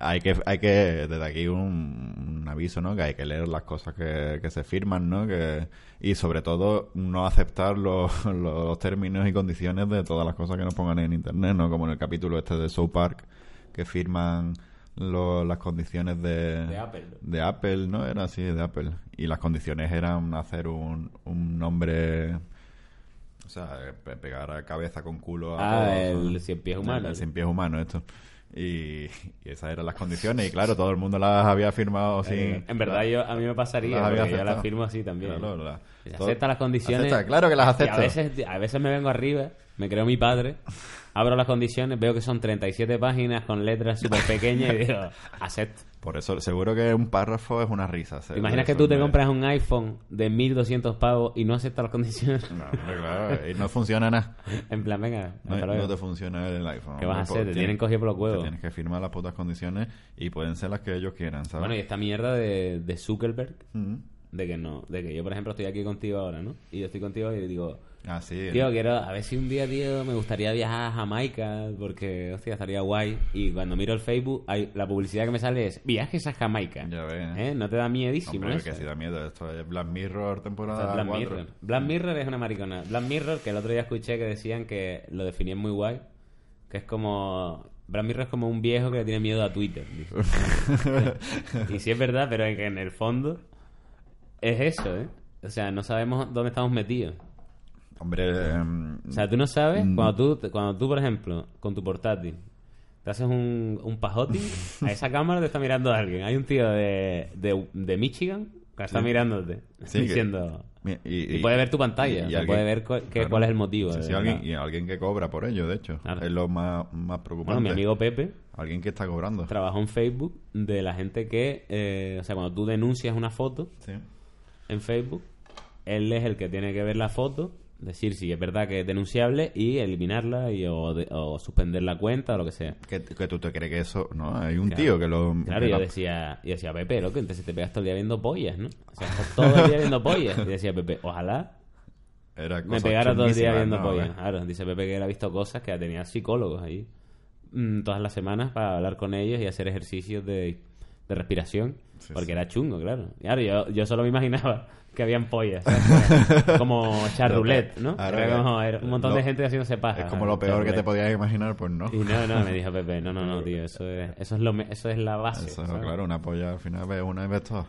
B: Hay que, hay que, desde aquí un, un aviso, ¿no? Que hay que leer las cosas que, que se firman, ¿no? Que, y sobre todo no aceptar los, los términos y condiciones de todas las cosas que nos pongan en internet, ¿no? Como en el capítulo este de South Park, que firman lo- las condiciones de,
A: De Apple.
B: de Apple, ¿no? Era así, de Apple. Y las condiciones eran hacer un, un nombre... O sea, pe- pegar a cabeza con culo a...
A: Ah,
B: todos,
A: el
B: ¿no?
A: cien pies humano.
B: El cien pies humano, esto. Y, y esas eran las condiciones. Y claro, todo el mundo las había firmado sin...
A: Eh, en verdad, yo, a mí me pasaría,
B: Las había
A: porque yo
B: aceptado.
A: las firmo así también.
B: Claro, la-
A: Se
B: todo-
A: acepta las condiciones.
B: Acepta, claro que las
A: Y
B: acepta.
A: A veces, a veces me vengo arriba, me creo mi padre, abro las condiciones, veo que son 37 páginas con letras súper pequeñas y digo, acepto.
B: Por eso, seguro que un párrafo es una risa.
A: ¿Te
B: se-
A: imaginas que
B: eso
A: tú te
B: me-
A: compras un iPhone de 1200 pavos y no aceptas las condiciones?
B: No, hombre, claro, y no funciona nada.
A: en plan, venga,
B: No,
A: hasta luego.
B: no te funciona el iPhone.
A: ¿Qué vas a
B: No,
A: hacer?
B: pues,
A: Te
B: tienes-
A: tienen cogido por los huevos.
B: te Tienes que firmar las putas condiciones y pueden ser las que ellos quieran, ¿sabes?
A: Bueno, y esta mierda de, de Zuckerberg,
B: Mm.
A: de que no, de que yo, por ejemplo, estoy aquí contigo ahora, ¿no? Y yo estoy contigo y digo,
B: Ah, sí.
A: Tío, quiero, a ver si un día, tío, me gustaría viajar a Jamaica, porque, hostia, estaría guay. Y cuando miro el Facebook, hay, la publicidad que me sale es viajes a Jamaica.
B: Ya ves.
A: ¿Eh? No te da miedísimo
B: Hombre,
A: eso?
B: que sí da miedo. Esto es Black Mirror
A: O sea,
B: temporada
A: Black
B: 4.
A: Mirror. Black Mirror es una maricona. Black Mirror, que el otro día escuché que decían que lo definían muy guay, que es como... Black Mirror es como un viejo que le tiene miedo a Twitter. dice. y sí es verdad, pero es que en el fondo es eso, ¿eh? O sea, no sabemos dónde estamos metidos.
B: Hombre, em,
A: O sea, tú no sabes, cuando tú, cuando tú, por ejemplo, con tu portátil, te haces un, un pajoti, a esa cámara te está mirando alguien. Hay un tío de, de, de Michigan que está mirándote,
B: Sí, que-
A: diciendo...
B: mi-
A: Y, puede ver tu pantalla,
B: y- y
A: o sea,
B: alguien-
A: puede ver cu- que-
B: Claro.
A: cuál es el motivo.
B: Sí,
A: de
B: sí,
A: verdad.
B: alguien, y alguien que cobra por ello, de hecho.
A: Claro.
B: Es lo más, más preocupante.
A: Bueno, mi amigo Pepe
B: Alguien que está cobrando.
A: trabajó en Facebook de la gente que, eh, o sea, cuando tú denuncias una foto
B: Sí.
A: en Facebook, él es el que tiene que ver la foto, decir si es verdad que es denunciable y eliminarla y, o, de- o suspender la cuenta o lo que sea.
B: Que, que tú te crees que eso... No, hay un
A: Claro.
B: tío que lo...
A: Claro,
B: que
A: y yo
B: la-
A: decía, y decía, Pepe, loco, entonces te pegas todo el día viendo pollas, ¿no? O sea, estás todo el día viendo pollas. Y decía, Pepe, ojalá
B: era
A: me
B: cosas
A: pegara todo el día
B: chunguísimas,
A: viendo
B: ¿no?
A: pollas. Claro, dice Pepe que él ha visto cosas que tenía psicólogos ahí mm, todas las semanas para hablar con ellos y hacer ejercicios de, de respiración.
B: Sí,
A: porque
B: sí.
A: era chungo, claro. Y Claro, yo, yo solo me imaginaba que habían pollas. ¿sabes? como echar roulette, ¿no?
B: Ahora
A: Era
B: que-
A: como- era un montón de
B: lo-
A: gente haciéndose paja.
B: Es como
A: ¿no?
B: lo peor que te
A: Charroulette.
B: podías imaginar, pues no.
A: Y no, no, me dijo Pepe, no, no, no, tío, eso es, eso es, lo, me- eso es la base.
B: Eso,
A: ¿sabes?
B: claro, una polla al final es una y ves todo.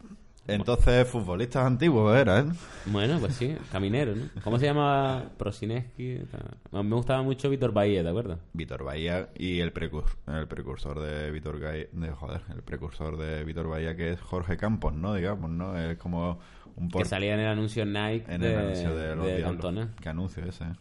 B: Entonces, futbolistas antiguos era, ¿eh?
A: Bueno, pues sí, caminero, ¿no? ¿Cómo se llamaba Prosineski? A mí me gustaba mucho Víctor Bahía, ¿te acuerdas?
B: Víctor Bahía y el, precur- el precursor de Víctor Gai- de joder, el precursor de Víctor Bahía que es Jorge Campos, ¿no? Digamos, ¿no? Es como un por
A: Que salía en el anuncio Nike
B: en
A: de,
B: el anuncio de los
A: de
B: diablos.
A: Cantona.
B: Qué anuncio ese, ¿eh?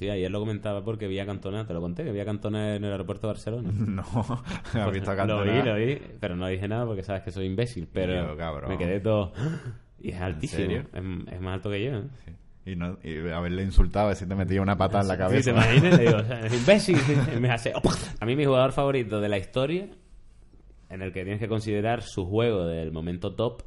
A: Sí, ayer lo comentaba porque vi a Cantona, te lo conté, que vi a Cantona en el aeropuerto de Barcelona.
B: No, has visto a
A: Lo
B: Cantona.
A: vi, lo vi, pero no dije nada porque sabes que soy imbécil, pero
B: Tío, cabrón.
A: me quedé todo... ¡Ah! Y es altísimo,
B: serio?
A: es, es más alto que yo. ¿eh?
B: Sí. Y, no, y haberle insultado, si te metía una pata en la
A: Sí, ¿Te
B: cabeza.
A: imaginas? Le digo, o sea, es imbécil. Y me hace... ¡Oh! A mí mi jugador favorito de la historia, en el que tienes que considerar su juego del momento top,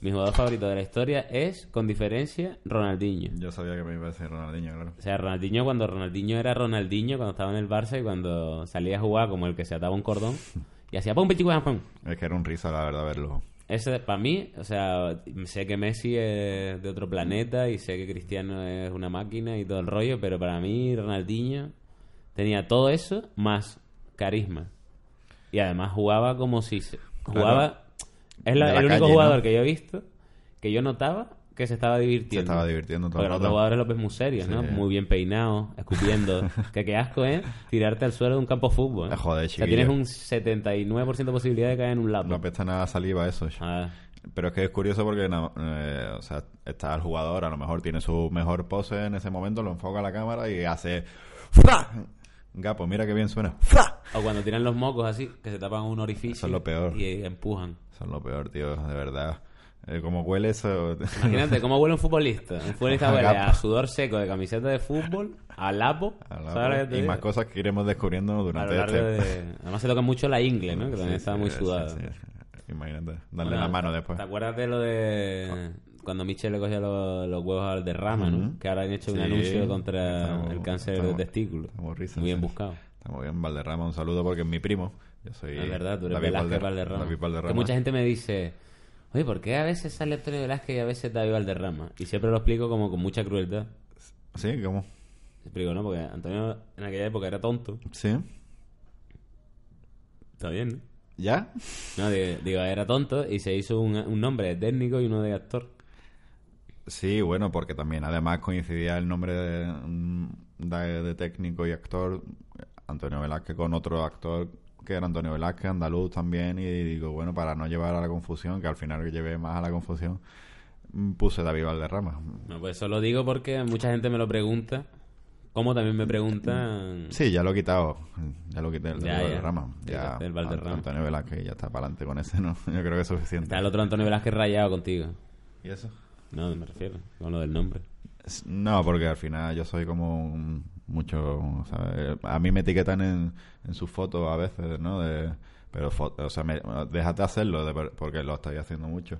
A: mi jugador favorito de la historia es, con diferencia, Ronaldinho.
B: Yo sabía que me iba a decir Ronaldinho, claro.
A: O sea, Ronaldinho cuando Ronaldinho era Ronaldinho, cuando estaba en el Barça y cuando salía a jugar como el que se ataba un cordón y hacía pum, pichicuam, pum.
B: Es que era un risa, la verdad, verlo.
A: Ese, para mí, o sea, sé que Messi es de otro planeta y sé que Cristiano es una máquina y todo el rollo, pero para mí Ronaldinho tenía todo eso más carisma. Y además jugaba como si... se- Jugaba... Es la-
B: De la
A: el único
B: calle,
A: jugador
B: ¿no?
A: que yo he visto que yo notaba que se estaba
B: Se
A: divirtiendo.
B: estaba divirtiendo todo
A: Porque
B: el
A: los otros
B: rato.
A: jugadores López muy serios, ¿no?
B: Sí.
A: Muy bien peinados, escupiendo. que qué asco es tirarte al suelo de un campo de fútbol. ¿eh?
B: Joder,
A: O sea,
B: chiquillo.
A: tienes un 79% de posibilidad de caer en un lapo.
B: No apesta nada saliva eso.
A: Ah.
B: Pero es que es curioso porque na- eh, o sea, está el jugador, a lo mejor tiene su mejor pose en ese momento, lo enfoca a la cámara y hace ¡Fra! Gapo, mira qué bien suena. ¡Fra!
A: O cuando tiran los mocos así, que se tapan un orificio.
B: Eso es lo peor.
A: Y empujan.
B: Eso es lo peor, tío, de verdad. Eh, como huele eso.
A: Imagínate cómo huele un futbolista. Un futbolista huele
B: Gapo.
A: a sudor seco de camiseta de fútbol, a lapo.
B: A la-
A: ¿sabes lo que te
B: y
A: digo?
B: más cosas que iremos descubriendo
A: A lo
B: durante
A: largo
B: este.
A: de- Además se toca mucho la ingle, ¿no? Que
B: Sí,
A: también está
B: sí,
A: muy
B: sí,
A: sudada.
B: sí, sí. Imagínate, darle
A: Bueno,
B: la mano
A: ¿te-
B: después.
A: ¿Te acuerdas de lo de cuando Michelle le cogía los, los huevos al derrama, no? Que ahora han hecho un
B: Sí.
A: anuncio contra
B: Estamos-
A: el cáncer de
B: estamos-
A: testículo.
B: estamos risas,
A: Muy bien
B: sí.
A: buscado.
B: Está muy bien, Valderrama, un saludo porque es mi primo. Yo soy.
A: es verdad, tú eres
B: David
A: Velázquez
B: Valder-
A: Valderrama.
B: David Valderrama.
A: Que mucha gente me dice, oye, ¿por qué a veces sale Antonio Velázquez y a veces David Valderrama? Y siempre lo explico como con mucha crueldad.
B: Sí, ¿cómo?
A: Explico, ¿no? Porque Antonio en aquella época era tonto.
B: Sí.
A: Está bien, ¿no?
B: ¿Ya?
A: No, digo, digo, era tonto y se hizo un, un nombre de técnico y uno de actor.
B: Sí, bueno, porque también además coincidía el nombre de, mm, de- de técnico y actor eh, Antonio Velázquez con otro actor que era Antonio Velázquez, andaluz también, y digo, bueno, para no llevar a la confusión, que al final que llevé más a la confusión, mm, puse David Valderrama.
A: No, pues eso lo digo porque mucha gente me lo pregunta. Como también me preguntan.
B: Sí, ya lo he quitado, ya lo quité, el
A: Ya,
B: David
A: ya.
B: Valderrama.
A: Sí,
B: Ya,
A: el Valderrama.
B: Antonio Velázquez ya está para adelante con ese, ¿no? Yo creo que es suficiente.
A: Está el otro Antonio Velázquez rayado contigo.
B: ¿Y eso?
A: No, me refiero, con lo del nombre.
B: S- No, porque al final yo soy como un- mucho... o sea, eh, a mí me etiquetan en, en sus fotos a veces, ¿no? De, pero, fo- o sea, me- déjate hacerlo de- porque lo estoy haciendo mucho.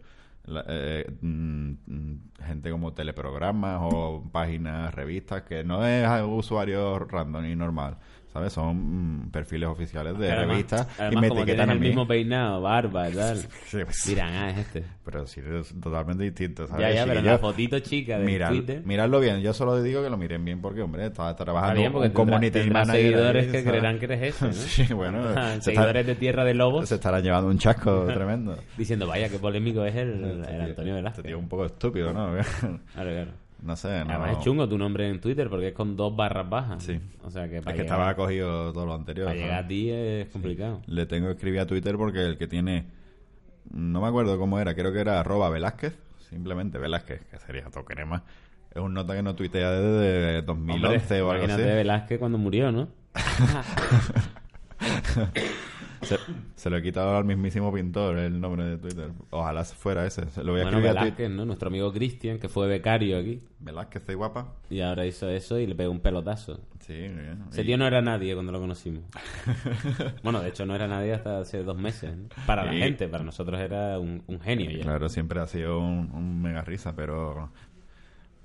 B: la- eh, mm, mm, gente como teleprogramas o páginas, revistas, que no es a- usuario random y normal, ¿sabes? Son mm, perfiles oficiales de
A: Que además-
B: revistas y
A: además,
B: me
A: como
B: etiquetan
A: tienes
B: a
A: el
B: mí.
A: mismo peinado, barba y tal.
B: Sí, pues,
A: Dirán, ah, es este.
B: Pero sí, es totalmente distinto, ¿sabes?
A: Ya, ya, pero
B: Chiquillo,
A: la fotito chica de
B: mirar-
A: Twitter.
B: miradlo bien, yo solo digo que lo miren bien porque, hombre, está
A: Está
B: trabajando
A: bien, porque
B: un
A: tendrá-
B: community
A: tendrá
B: manager ahí,
A: seguidores que
B: ¿sabes?
A: creerán que eres ese, ¿no?
B: Sí, bueno,
A: Ah,
B: se está-
A: seguidores de Tierra de Lobos
B: se estarán llevando un chasco tremendo.
A: diciendo, vaya, qué polémico es el, el
B: Este tío-
A: Antonio
B: Este
A: Velázquez.
B: tío es un poco estúpido, ¿no?
A: Claro, claro.
B: no sé, no.
A: Además es chungo tu nombre en Twitter porque es con dos barras bajas.
B: Sí.
A: O sea que
B: Es
A: para,
B: que
A: llegar,
B: estaba cogido todo lo anterior.
A: para llegar a
B: ¿sabes?
A: ti es complicado.
B: Le tengo que escribir a Twitter porque el que tiene... No me acuerdo cómo era, creo que era arroba Velázquez. Simplemente Velázquez, que sería todo crema. Es un nota que no tuitea desde 2011 o algo así.
A: imagínate Velázquez cuando murió, ¿no?
B: Se, se lo he quitado al mismísimo pintor el nombre de Twitter. Ojalá fuera ese. Se lo voy a
A: Bueno,
B: escribir a Twitter.
A: Velázquez, ¿no? Nuestro amigo Cristian, que fue becario aquí.
B: Velázquez, estoy guapa.
A: Y ahora hizo eso y le pegó un pelotazo.
B: Sí, bien.
A: Ese
B: Y-
A: tío no era nadie cuando lo conocimos. bueno, de hecho no era nadie hasta hace dos meses. ¿no? Para la
B: Y-
A: gente, para nosotros era un, un genio ya.
B: Claro, siempre ha sido un, un mega risa, pero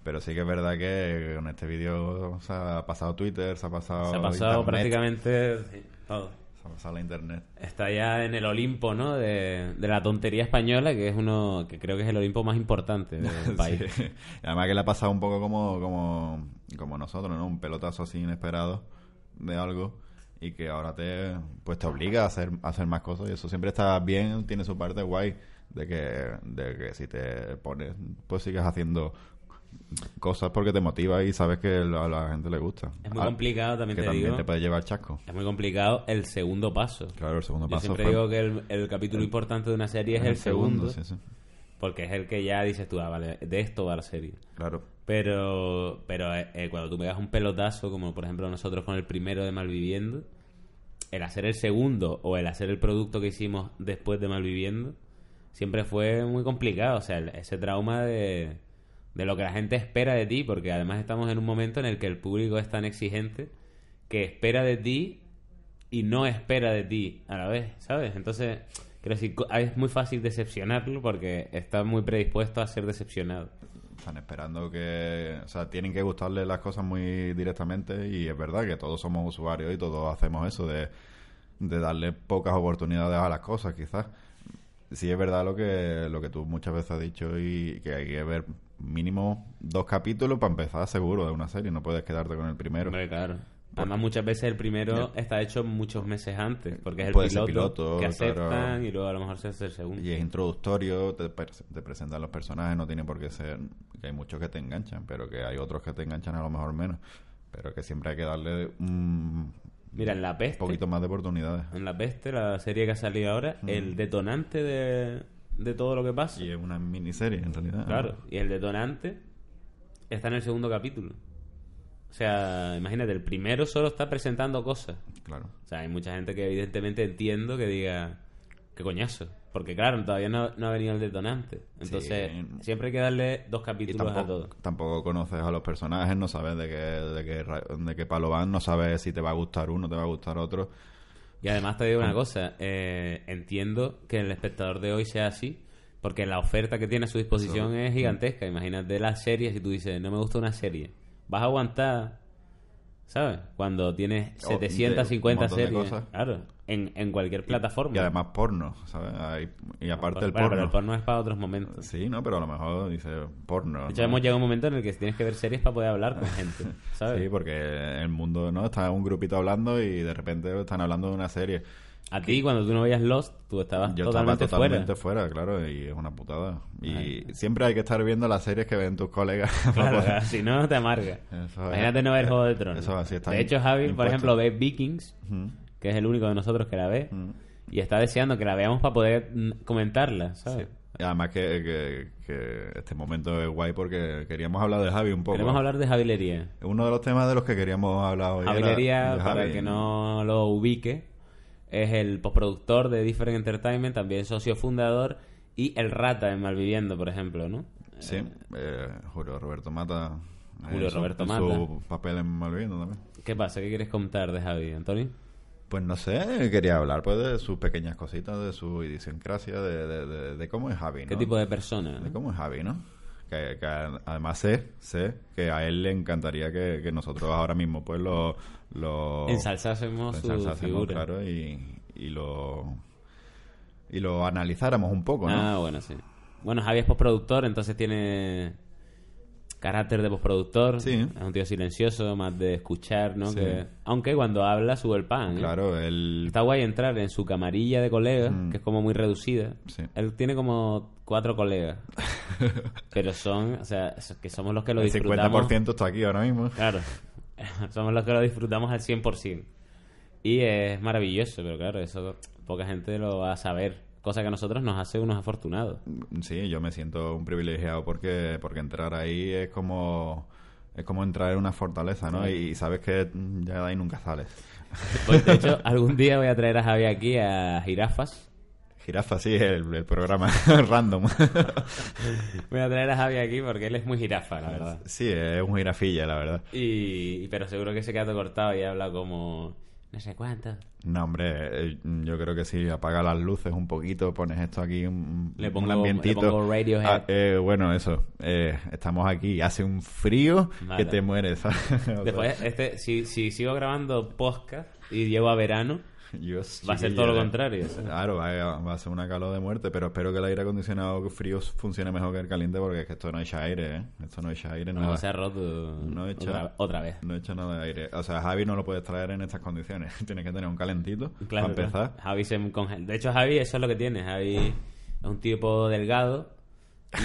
B: pero sí que es verdad que con este vídeo se ha pasado Twitter, se ha pasado
A: Se ha pasado
B: internet,
A: prácticamente sí, todo.
B: se ha pasado la internet.
A: Está ya en el Olimpo, ¿no? De, de la tontería española, que es uno que creo que es el Olimpo más importante del país.
B: Sí. Y Además que le ha pasado un poco como como como nosotros, ¿no? Un pelotazo así inesperado de algo y que ahora te pues te obliga a hacer a hacer más cosas y eso siempre está bien, tiene su parte guay de que de que si te pones pues sigues haciendo cosas porque te motiva y sabes que lo- a la gente le gusta.
A: Es muy
B: Ah,
A: complicado, también
B: que
A: te
B: también
A: digo.
B: te puede llevar chasco.
A: Es muy complicado el segundo paso.
B: Claro, el segundo
A: Yo
B: paso
A: siempre
B: fue-
A: digo que el, el capítulo importante de una serie es el, segundo,
B: sí, sí.
A: porque es el que ya dices tú, ah, vale, de esto va la serie.
B: Claro.
A: Pero, pero eh, eh, cuando tú pegas un pelotazo, como por ejemplo nosotros con el primero de Malviviendo, el hacer el segundo o el hacer el producto que hicimos después de Malviviendo, siempre fue muy complicado. O sea, el- ese trauma de, de lo que la gente espera de ti, porque además estamos en un momento en el que el público es tan exigente que espera de ti y no espera de ti a la vez, ¿sabes? Entonces, quiero decir, co- es muy fácil decepcionarlo porque está muy predispuesto a ser decepcionado.
B: Están esperando que... O sea, tienen que gustarle las cosas muy directamente y es verdad que todos somos usuarios y todos hacemos eso de, de darle pocas oportunidades a las cosas, quizás. Sí es verdad lo que, lo que tú muchas veces has dicho y que hay que ver mínimo dos capítulos para empezar seguro de una serie. No puedes quedarte con el primero.
A: Hombre, claro. Además, muchas veces el primero está hecho muchos meses antes, porque es el
B: Puede
A: piloto,
B: ser piloto,
A: que
B: claro.
A: aceptan y luego a lo mejor se hace el segundo.
B: Y es introductorio, te, pre- te presentan los personajes, no tiene por qué ser que hay muchos que te enganchan, pero que hay otros que te enganchan a lo mejor menos. Pero que siempre hay que darle un
A: Mira, en La Peste,
B: poquito más de oportunidades.
A: en La Peste, la serie que ha salido ahora, el detonante de, de todo lo que pasa,
B: Y es ah. una miniserie en realidad.
A: claro, y el detonante está en el segundo capítulo. O sea, imagínate, el primero solo está presentando cosas.
B: Claro.
A: O sea, hay mucha gente que evidentemente entiendo que diga, qué coñazo. Porque claro, todavía no, no ha venido el detonante. Entonces,
B: Sí.
A: siempre hay que darle dos
B: Y
A: capítulos a todo.
B: tampoco, tampoco conoces a los personajes, no sabes de qué, de, qué, ra- de qué palo van, no sabes si te va a gustar uno, te va a gustar otro.
A: Y además te digo
B: Ah.
A: una cosa, eh, entiendo que el espectador de hoy sea así, porque la oferta que tiene a su disposición es gigantesca. Imagínate las series y tú dices, no me gusta una serie. Vas a aguantar, ¿sabes? Cuando tienes
B: O Oh, de-
A: 750
B: un montón de
A: series,
B: cosas.
A: claro, en, en cualquier plataforma.
B: Y además porno, ¿sabes? Hay- y aparte el
A: Bueno, pero
B: porno.
A: el porno es para otros momentos.
B: Sí, no, pero a lo mejor dice porno.
A: De hecho,
B: ¿no?
A: hemos llegado a un momento en el que tienes que ver series para poder hablar con gente, ¿sabes?
B: Sí, porque el mundo, ¿no? Está un grupito hablando y de repente están hablando de una serie.
A: a ti, cuando tú no veías Lost, tú estabas
B: Yo
A: totalmente,
B: estaba totalmente
A: fuera.
B: fuera. claro, y es una putada. Y siempre hay que estar viendo las series que ven tus colegas.
A: Claro, claro, si no, te amarga.
B: Eso es-
A: Imagínate no ver Juego de Tronos.
B: eso así está
A: de hecho, Javi, por
B: impuesto.
A: ejemplo, ve Vikings, que es el único de nosotros que la ve, y está deseando que la veamos para poder mm, comentarla, ¿sabes?
B: Y además que, que- que este momento es guay porque queríamos hablar de Javi un poco.
A: Queremos hablar de Javilería.
B: Uno de los temas de los que queríamos hablar hoy. era
A: Javilería,
B: de
A: para
B: Javi.
A: el que no lo ubique, es el postproductor de Different Entertainment, también socio fundador, y El Rata en Malviviendo, por ejemplo, ¿no?
B: Sí, eh, Julio Roberto Mata.
A: Julio
B: en su-
A: Roberto
B: en
A: Mata.
B: Su papel en Malviendo también.
A: ¿Qué pasa? ¿Qué quieres contar de Javi, Antonio?
B: Pues no sé, quería hablar pues de sus pequeñas cositas, de su idiosincrasia, de, de, de, de cómo es Javi, ¿no?
A: ¿Qué tipo de persona?
B: De cómo es Javi, ¿no? Que, que además sé, sé que a él le encantaría que, que nosotros ahora mismo pues lo... lo
A: Ensalzásemos
B: lo
A: su
B: ensalzásemos,
A: figura.
B: claro, y, y lo... Y lo analizáramos un poco, ¿no?
A: Ah, bueno, sí. Bueno, Javi es postproductor, entonces tiene carácter de postproductor.
B: Sí.
A: Es un tío silencioso, más de escuchar, ¿no?
B: Sí.
A: Que- Aunque cuando habla sube el pan. ¿eh?
B: claro, él...
A: Está guay entrar en su camarilla de colegas, que es como muy reducida.
B: Sí.
A: Él tiene como cuatro colegas. pero son, o sea, so- que somos los que lo
B: El
A: disfrutamos.
B: 50% está aquí ahora mismo.
A: Claro. somos los que lo disfrutamos al 100%. Y es maravilloso, pero claro, eso poca gente lo va a saber. Cosa que a nosotros nos hace unos afortunados.
B: Sí, yo me siento un privilegiado porque, porque entrar ahí es como es como entrar en una fortaleza, ¿no? Y, sabes que mm, ya de ahí nunca sales.
A: Pues, de hecho, algún día voy a traer a Javi aquí a Jirafas.
B: Jirafa, sí, es el, el programa random.
A: Voy a traer a Javi aquí porque él es muy jirafa, la verdad.
B: sí, es un jirafilla, la verdad.
A: Y, pero seguro que se queda todo cortado y habla como... No sé cuánto.
B: No, hombre, eh, yo creo que sí, apaga las luces un poquito, pones esto aquí, un,
A: Le
B: un
A: pongo-
B: ambientito.
A: le pongo Radiohead.
B: Ah, eh, bueno, eso, eh, estamos aquí, hace un frío
A: Vale.
B: que te mueres. ¿sabes? O sea,
A: Después, este, si, si sigo grabando podcast y llego a verano,
B: yo
A: va a ser
B: sí,
A: todo lo
B: yo-
A: contrario. o sea.
B: Claro, va a, va a ser una calor de muerte, pero espero que el aire acondicionado frío funcione mejor que el caliente porque es que esto no echa aire, ¿eh? Esto no echa aire,
A: No,
B: nada.
A: se ha roto
B: No he hecho-
A: otra, otra vez.
B: No echa nada de aire. O sea, Javi no lo puedes traer en estas condiciones. Tienes que tener un calentito
A: Claro,
B: para empezar.
A: claro. Javi se congela. De hecho, Javi, eso es lo que tiene. Javi es un tipo delgado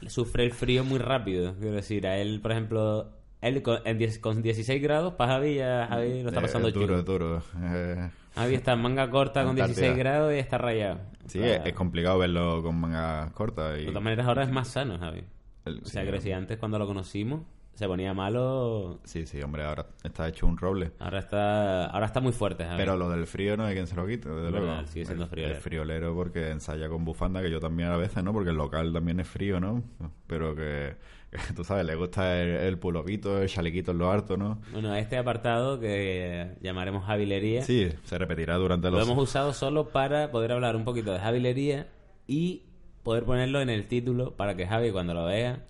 A: y sufre el frío muy rápido. Quiero decir, a él, por ejemplo, él con, en 10 con 16 grados, para Javi, ya Javi lo está
B: Eh,
A: pasando
B: es duro,
A: chulo.
B: es duro. Eh,
A: Javi está en manga corta con
B: Antártida.
A: 16 grados y está rayado.
B: sí,
A: O sea,
B: es, es complicado verlo con mangas cortas. Y
A: De todas maneras, ahora es más sano, Javi.
B: el-
A: O sea,
B: sí,
A: quiero decir, antes cuando lo conocimos, se ponía malo.
B: sí, sí, hombre, ahora está hecho un roble.
A: Ahora está, ahora está muy fuerte, Javi.
B: Pero lo del frío no hay quien se lo quite, desde
A: Verdad,
B: luego.
A: sigue siendo
B: el,
A: friolero.
B: el friolero porque ensaya con bufanda, que yo también a veces, ¿no? Porque el local también es frío, ¿no? Pero que, que tú sabes, le gusta el, el pulovito, el chalequito en lo harto, ¿no?
A: Bueno, este apartado que llamaremos Javilería.
B: Sí, se repetirá durante
A: Lo
B: los...
A: hemos usado solo para poder hablar un poquito de Javilería y poder ponerlo en el título para que Javi cuando lo vea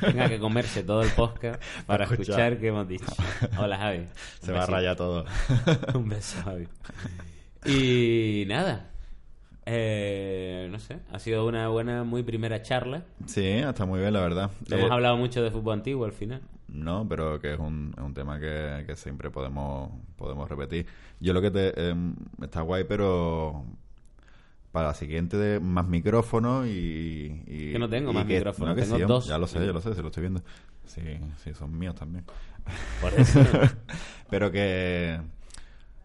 A: tenga que comerse todo el podcast para
B: Escucha.
A: escuchar qué hemos dicho. Hola Javi. Un
B: Se va a
A: besito.
B: rayar todo.
A: Un beso Javi. Y nada. Eh, no sé, ha sido una buena, muy primera charla.
B: sí, está muy bien, la verdad.
A: No
B: Eh,
A: hemos hablado mucho de fútbol antiguo al final.
B: No, pero que es un, es un tema que, que siempre podemos, podemos repetir. Yo lo que te... em, está guay, pero... Para la siguiente, de más micrófono y... y-
A: Que no tengo
B: y
A: más
B: que-
A: micrófono,
B: no, que
A: tengo
B: sí,
A: dos.
B: Ya lo sé, ya lo sé, se lo estoy viendo. Sí, sí, son míos también.
A: Por eso.
B: pero que...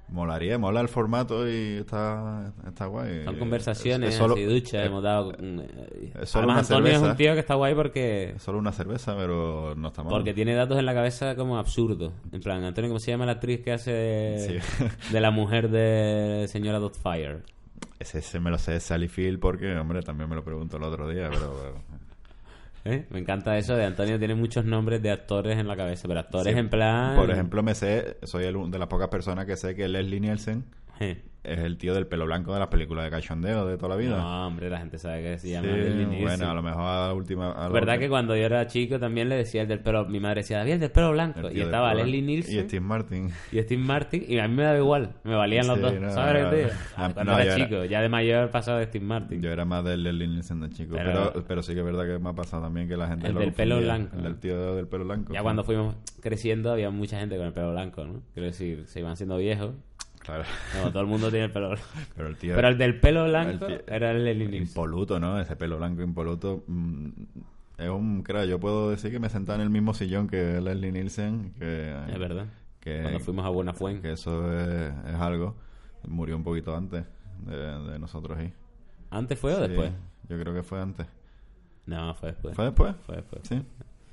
B: Molaría, mola el formato y está, está guay.
A: Son
B: eh, Es-
A: conversaciones,
B: es solo-
A: así duchas,
B: es-
A: hemos dado... mm,
B: es
A: Además,
B: solo
A: Antonio
B: una
A: es
B: cerveza.
A: un tío que está guay porque...
B: es solo una cerveza, pero no está mal.
A: Porque tiene datos en la cabeza como absurdos. En plan, Antonio, ¿cómo se llama la actriz que hace de,
B: Sí.
A: de la mujer de señora Dotfire?
B: Ese, ese me lo sé de Sally Field porque, hombre, también me lo pregunto el otro día, pero...
A: ¿Eh? Me encanta eso de Antonio, tiene muchos nombres de actores en la cabeza, pero actores
B: Sí.
A: en plan...
B: Por ejemplo, me sé, soy el, un- de las pocas personas que sé que Leslie Nielsen
A: Eh.
B: es el tío del pelo blanco de las películas de cachondeo de toda la vida.
A: No, hombre, la gente sabe que se llama...
B: Sí,
A: Leslie Nielsen.
B: bueno, a lo mejor a la última... a la
A: ¿Verdad que
B: última-
A: cuando yo era chico también le decía el del pelo... Mi madre decía, David, el del pelo
B: el
A: blanco.
B: tío
A: Y
B: del
A: estaba
B: pelo
A: Leslie
B: blanco.
A: Nielsen
B: Y Steve Martin.
A: y Steve Martin y a mí me daba igual. Me valían los
B: Sí,
A: dos.
B: no,
A: ¿Sabes lo que te digo?
B: no, no.
A: Ah, Cuando
B: No,
A: era
B: yo era-
A: chico, ya de mayor pasaba de Steve Martin.
B: Yo era más del Leslie Nielsen de chico.
A: Pero-
B: Pero, pero, sí que es verdad que me ha pasado también que la gente
A: El
B: lo
A: del pelo
B: confundía.
A: blanco.
B: El del tío del pelo blanco.
A: Ya
B: sí.
A: cuando fuimos creciendo había mucha gente con el pelo blanco, ¿no? Quiero decir, se iban siendo viejos.
B: Claro.
A: No, todo el mundo tiene el pelo blanco.
B: Pero el tío...
A: Pero el del pelo blanco
B: El tío-
A: era el del inicio.
B: Impoluto, ¿no? Ese pelo blanco impoluto. mm, es un crack. Yo puedo decir que me sentaba en el mismo sillón que Leslie Nielsen. Que,
A: Es verdad.
B: Que,
A: Cuando fuimos a
B: que
A: Buenafuente.
B: eso es, es algo. Murió un poquito antes de, de nosotros ahí.
A: ¿Antes fue o
B: Sí,
A: después?
B: Yo creo que fue antes.
A: No, fue después.
B: ¿Fue después?
A: Fue después.
B: Sí.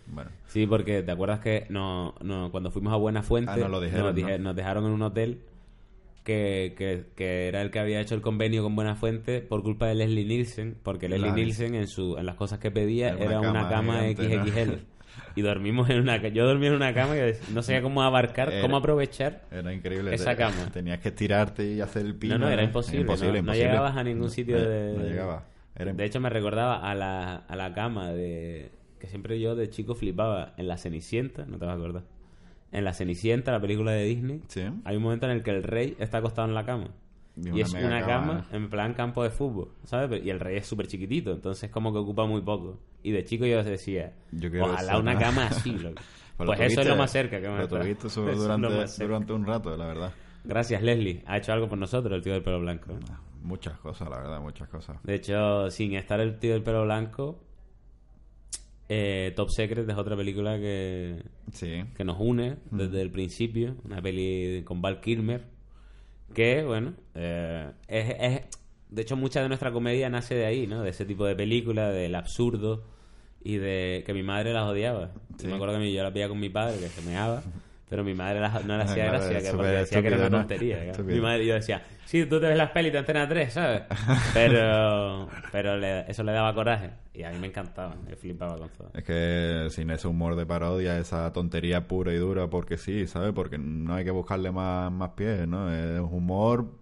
B: Bueno.
A: Sí, porque te acuerdas que no, no, cuando fuimos a Buena Fuente
B: Ah, no lo dijeron,
A: nos,
B: ¿no?
A: nos dejaron en un hotel que, que- que era el que había hecho el convenio con Buenafuente por culpa de Leslie Nielsen, porque Leslie
B: Claro.
A: Nielsen en, su, en las cosas que pedía
B: Era una
A: era una
B: cama
A: cama,
B: gigante, ¿no?
A: XXL. Y dormimos en una... ca- Yo dormí en una cama que no sabía cómo abarcar,
B: Era-
A: cómo aprovechar.
B: Era increíble.
A: Esa
B: te-
A: cama.
B: Tenías que estirarte y hacer el pino.
A: No, no, era imposible. no, no llegabas a ningún sitio
B: No,
A: de...
B: No llegabas. Era
A: De hecho, me recordaba a la, a la cama de... Que siempre yo de chico flipaba en La Cenicienta, no te vas a acordar. En La Cenicienta, la película de Disney,
B: Sí.
A: hay un momento en el que el rey está acostado en la cama.
B: Y
A: Y,
B: una
A: es
B: mega
A: una
B: cama.
A: cama en plan campo de fútbol, ¿sabes? Pero- Y el rey es súper chiquitito, entonces como que ocupa muy poco. Y de chico yo decía,
B: Yo quiero
A: ojalá
B: esa
A: una
B: cama".
A: cama así, loco.
B: lo
A: Pues, eso es
B: tuviste-
A: lo más cerca que me
B: Lo
A: está.
B: tuviste
A: Eso
B: solo
A: es lo
B: durante,
A: más cerca.
B: durante un rato, la verdad.
A: Gracias, Leslie. Ha hecho algo por nosotros el tío del pelo blanco. ¿eh?
B: Muchas cosas, la verdad, muchas cosas.
A: De hecho, sin estar el tío del pelo blanco, eh, Top Secret es otra película que,
B: Sí.
A: que nos une desde el principio. Una peli con Val Kilmer. Que, bueno, eh, es, es- De hecho, mucha de nuestra comedia nace de ahí, ¿no? De ese tipo de película, del absurdo y de que mi madre las odiaba.
B: Sí.
A: Me acuerdo que mi- yo las veía con mi padre, que se meaba. Pero mi madre las- no le hacía
B: Claro,
A: gracia, que
B: súper
A: porque decía que era una
B: estúpido, ¿no?
A: tontería. claro.
B: Estúpido.
A: Mi madre yo decía, sí, tú te ves las pelis de Antena 3, ¿sabes? Pero, pero le- eso le daba coraje. Y a mí me encantaba, me flipaba con todo.
B: Es que sin ese humor de parodia, esa tontería pura y dura, porque sí, ¿sabes? Porque no hay que buscarle más, más pies, ¿no? Es humor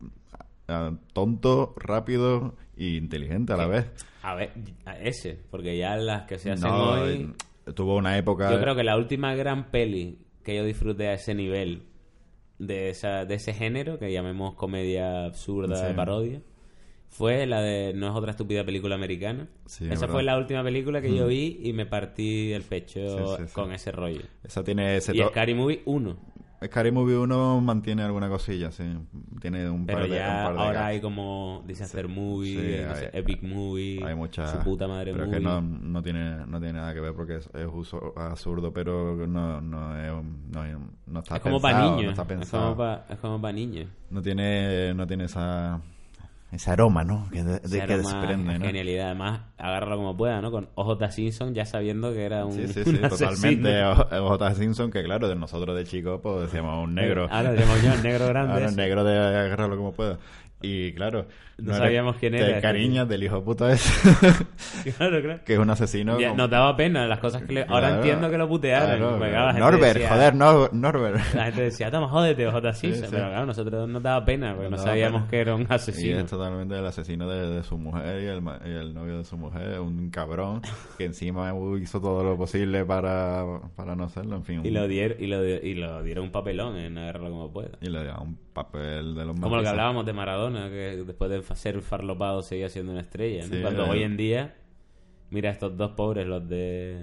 B: ah, tonto, rápido e inteligente a la vez.
A: A ver, a ese, porque ya las que se hacen
B: No,
A: hoy...
B: eh, tuvo una época...
A: Yo creo que la última gran peli que yo disfruté a ese nivel, de, esa, de ese género, que llamemos comedia absurda,
B: Sí.
A: parodia, fue la de No es otra estúpida película americana.
B: Sí, es
A: Esa
B: verdad.
A: fue la última película que yo vi y me partí el pecho
B: Sí, sí, sí.
A: con ese rollo.
B: Esa tiene ese...
A: Y
B: to-
A: Scary Movie 1.
B: Scary Movie 1 mantiene alguna cosilla, sí. Tiene un
A: Pero
B: par de... un
A: ya
B: par de
A: ahora
B: gags.
A: hay como Disaster Movie,
B: sí,
A: no sé,
B: hay-
A: Epic Movie,
B: hay muchas
A: su puta madre
B: pero es
A: movie.
B: que no, no tiene no tiene nada que ver porque es, es uso absurdo pero no no es un- no, es un- no está
A: es como para
B: pensado,
A: niños.
B: no está
A: es como
B: pensado
A: para niños.
B: no tiene no tiene esa ese aroma no que, de- de-
A: Ese
B: que
A: aroma
B: desprende ¿no?
A: Genialidad, además, agárralo como pueda, ¿no? Con ojos de Simpson, ya sabiendo que era un.
B: sí sí
A: un
B: sí
A: asesino.
B: totalmente O- J. Simpson que claro de nosotros de chicos pues decíamos un negro
A: Ahora decíamos yo, negro grande.
B: Ahora
A: ese.
B: negro de agarrarlo como pueda y claro
A: No sabíamos quién era
B: te
A: este
B: cariñas del hijo puta ese
A: Claro, claro.
B: que es un asesino
A: Ya,
B: como-
A: nos daba pena las cosas que le. Ahora
B: Claro.
A: entiendo que lo putearon.
B: Claro,
A: porque,
B: claro.
A: claro, la gente
B: Norbert,
A: decía-
B: joder, Nor- Norbert.
A: La gente decía, toma, jódete, J.
B: Sí,
A: Simpson.
B: sí.
A: Pero claro, nosotros nos daba pena porque
B: Nos
A: no
B: daba
A: sabíamos
B: pena.
A: que era un
B: Y
A: asesino.
B: es totalmente el asesino de, de su mujer y el, ma- y el novio de su mujer, un cabrón que encima hizo todo lo posible para, para no serlo, en fin.
A: Y
B: un-
A: lo, dieron, y, lo, di- y lo dieron un papelón en agarrarlo como pueda.
B: y le dio un papel de
A: Como lo
B: los
A: que
B: mafiosos.
A: hablábamos de Maradona, que después de fa- ser farlopado seguía siendo una estrella. ¿no?
B: Sí,
A: Cuando
B: eh.
A: hoy en día, mira estos dos pobres, los de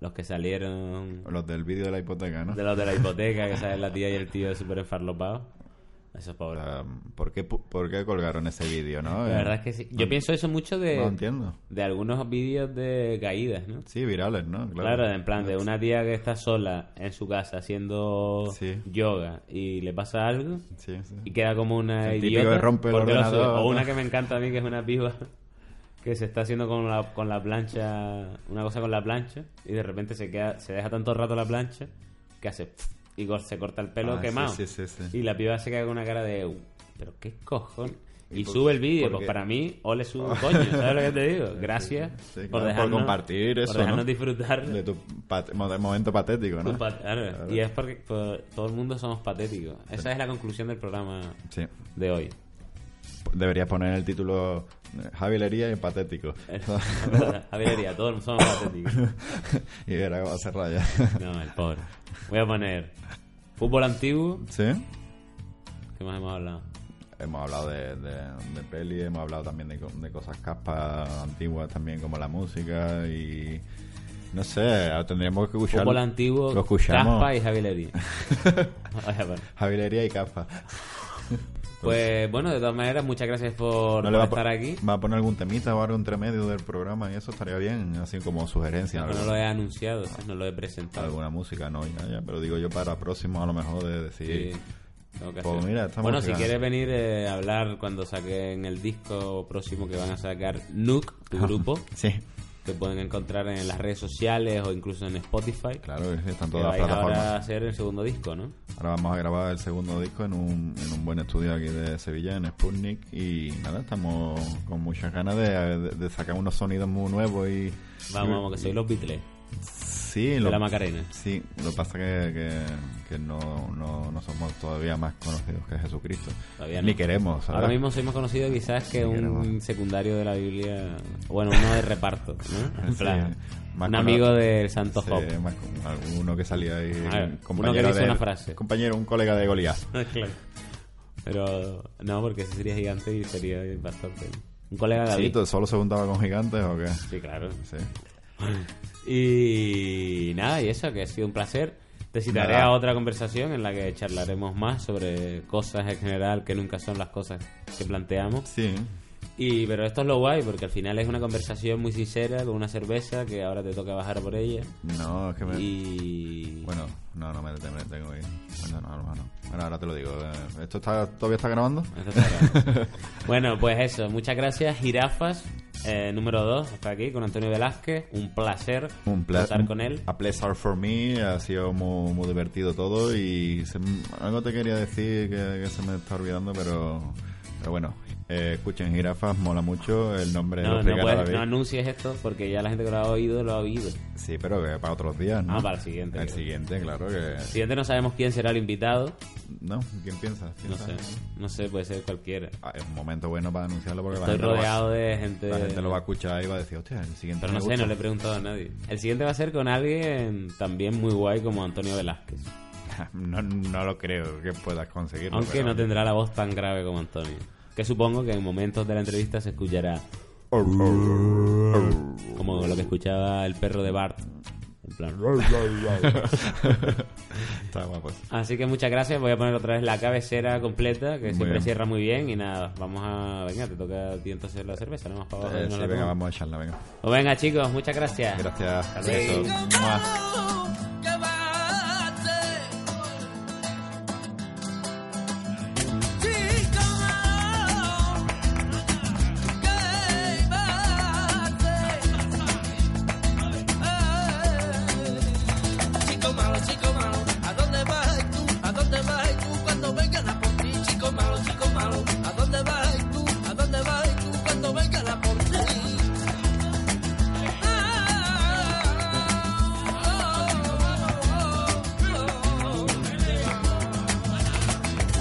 A: los que salieron
B: Los del vídeo de la hipoteca, ¿no?
A: de los de la hipoteca, que sale la tía y el tío súper farlopados. Esos
B: O
A: pobres. La,
B: sea, ¿por, qué, pu- por qué colgaron ese vídeo, no? Eh,
A: verdad es que sí. Yo
B: no-
A: pienso eso mucho
B: No
A: de,
B: entiendo.
A: de algunos vídeos de caídas, ¿no?
B: Sí, virales, ¿no? Claro,
A: Claro, en plan de una tía que está sola en su casa haciendo
B: Sí.
A: yoga y le pasa algo
B: Sí, sí.
A: y queda como una
B: El típico
A: idiota.
B: que rompe el
A: porque lo sube.
B: ordenador,
A: O una
B: ¿no?
A: que me encanta a mí, que es una piba que se está haciendo con la, con la plancha, una cosa con la plancha, y de repente se queda se deja tanto rato la plancha que hace pf, y cor- se corta el pelo
B: Ah, sí,
A: quemado.
B: sí, sí, sí.
A: Y la piba se queda con una cara de, "Uh, pero qué cojón. Y,
B: por-
A: sube el vídeo,
B: porque- Oh.
A: pues para mí, o le subo un coño, ¿sabes lo que te digo? Gracias
B: sí, claro,
A: por,
B: por
A: dejarnos,
B: compartir eso,
A: por dejarnos
B: ¿no?
A: disfrutar
B: De tu pat- mo- momento patético, ¿no?
A: un pat- claro, Y es porque por- todo el mundo somos patéticos. Esa es la conclusión del programa
B: Sí.
A: de hoy.
B: Deberías poner el título eh, Javilería y patético.
A: Javier todos somos patéticos.
B: y era va a ser raya.
A: No, el pobre. Voy a poner fútbol antiguo.
B: ¿Sí?
A: ¿Qué más hemos hablado?
B: Hemos hablado de, de, de peli, hemos hablado también de, co- de cosas caspas antiguas también como la música y... No sé, ahora tendríamos que escuchar...
A: Fútbol antiguo,
B: Lo escuchamos.
A: Caspa y Javier Hería. Voy a poner.
B: Javilería y caspa.
A: Pues bueno, de todas maneras, muchas gracias por, por
B: va a po-
A: estar aquí.
B: Va a poner algún temita o algo entre medio del programa y eso estaría bien, así como sugerencia.
A: No,
B: algo-
A: no lo he anunciado, o sea, no lo he presentado.
B: Alguna música, no, ya, ya, pero digo yo para próximo a lo mejor de decir...
A: Sí, tengo que
B: Pues
A: hacer.
B: mira, estamos
A: bueno, si
B: llegando.
A: quieres venir eh, a hablar cuando saquen el disco próximo que van a sacar Nuke, tu grupo,
B: Sí.
A: Te pueden encontrar en las redes sociales o incluso en Spotify.
B: Claro, sí, están
A: que
B: todas las
A: vais ahora a
B: plataformas.
A: hacer el segundo disco, ¿no?
B: Ahora vamos a grabar el segundo disco en un, en un buen estudio aquí de Sevilla, en Sputnik. Y nada, estamos con muchas ganas de, de- de sacar unos sonidos muy nuevos y...
A: Vamos, vamos, que soy los Beatles.
B: Sí,
A: De
B: lo,
A: la Macarena.
B: Sí, lo que pasa que, que, que no, no, no somos todavía más conocidos que Jesucristo.
A: Todavía
B: Ni
A: no.
B: queremos, ¿sabes?
A: Ahora mismo soy más conocido quizás que un
B: queremos.
A: secundario de la Biblia, bueno, uno de reparto, ¿no? En
B: Sí,
A: plan,
B: más
A: un
B: cono-
A: amigo del Santo
B: Sí,
A: Job.
B: más con alguno que salía ahí.
A: A ver, uno que
B: compañero
A: dice
B: de,
A: una frase.
B: Compañero, un colega de Goliat.
A: Claro. Pero no, porque ese sería gigante y sería bastante... Un colega de
B: Sí,
A: David.
B: ¿tú solo se juntaba con gigantes o qué?
A: Sí, claro.
B: Sí.
A: Y nada, y eso, que ha sido un placer. Te citaré
B: Nada.
A: a otra conversación en la que charlaremos más sobre cosas en general que nunca son las cosas que planteamos.
B: Sí.
A: Y, pero esto es lo guay, porque al final es una conversación muy sincera, con una cerveza, que ahora te toca bajar por ella.
B: No, es que me...
A: Y...
B: Bueno, no, no me deten- me detengo ahí. Bueno, no, hermano. Bueno, ahora te lo digo. eh, ¿Esto está, todavía está grabando?
A: Eso está grabado. bueno, pues eso. Muchas gracias, Jirafas. eh, número 2 está aquí con Antonio Velázquez. Un placer
B: Un pla- Ah,
A: estar con él.
B: A pleasure for me, ha sido muy, muy divertido todo y se m- algo te quería decir que, que se me está olvidando, pero, pero bueno, eh, escuchen jirafas, mola mucho, el nombre lo
A: No, no,
B: explicará
A: puedes-
B: David.
A: no anuncies esto porque ya la gente que lo ha oído lo ha oído.
B: Sí, pero que para otros días, ¿no?
A: Ah, para el siguiente.
B: El siguiente, claro que...
A: Siguiente no sabemos quién será el invitado.
B: ¿No? ¿Quién piensa?
A: No
B: ¿Piensa?
A: sé, no sé, puede ser cualquiera.
B: Ah, es un momento bueno para anunciarlo porque la
A: Estoy
B: gente,
A: rodeado
B: lo va,
A: de gente.
B: la gente lo va a escuchar y va a decir, hostia, el siguiente
A: Pero
B: me
A: no sé,
B: gusta".
A: no le he preguntado a nadie. El siguiente va a ser con alguien también muy guay como Antonio Velázquez.
B: no, no lo creo que puedas conseguirlo.
A: Aunque
B: pero-
A: no tendrá la voz tan grave como Antonio. Que supongo que en momentos de la entrevista se escuchará como lo que escuchaba el perro de Bart. En plan.
B: Está guapo.
A: Así que muchas gracias. Voy a poner otra vez la cabecera completa, que siempre
B: bien.
A: cierra muy bien. Y nada, vamos a. Venga, te toca a ti entonces la cerveza, ¿no? Más para abajo,
B: Eh,
A: no
B: sí,
A: la
B: venga,
A: tomamos.
B: vamos a echarla, venga.
A: Pues venga, chicos, muchas gracias.
B: Gracias.
A: Hasta luego.
B: Beso. Mua.
C: que mate. Chico malo, que mate. Chico malo, chico malo, ¿a dónde vas tú? ¿A dónde vas tú cuando vengan a por ti? Chico malo, chico malo, ¿a dónde vas tú? ¿A dónde vas tú cuando vengan a por ti? Ah.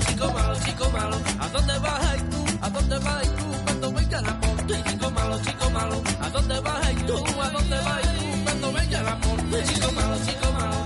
C: Chico malo, chico malo, ¿a dónde vas tú? ¿A dónde vas tú cuando vengan a por ti? Chico malo, chico malo, ¿a dónde vas tú? ¿A dónde vas tú cuando vengan a por ti? Chico malo, chico malo,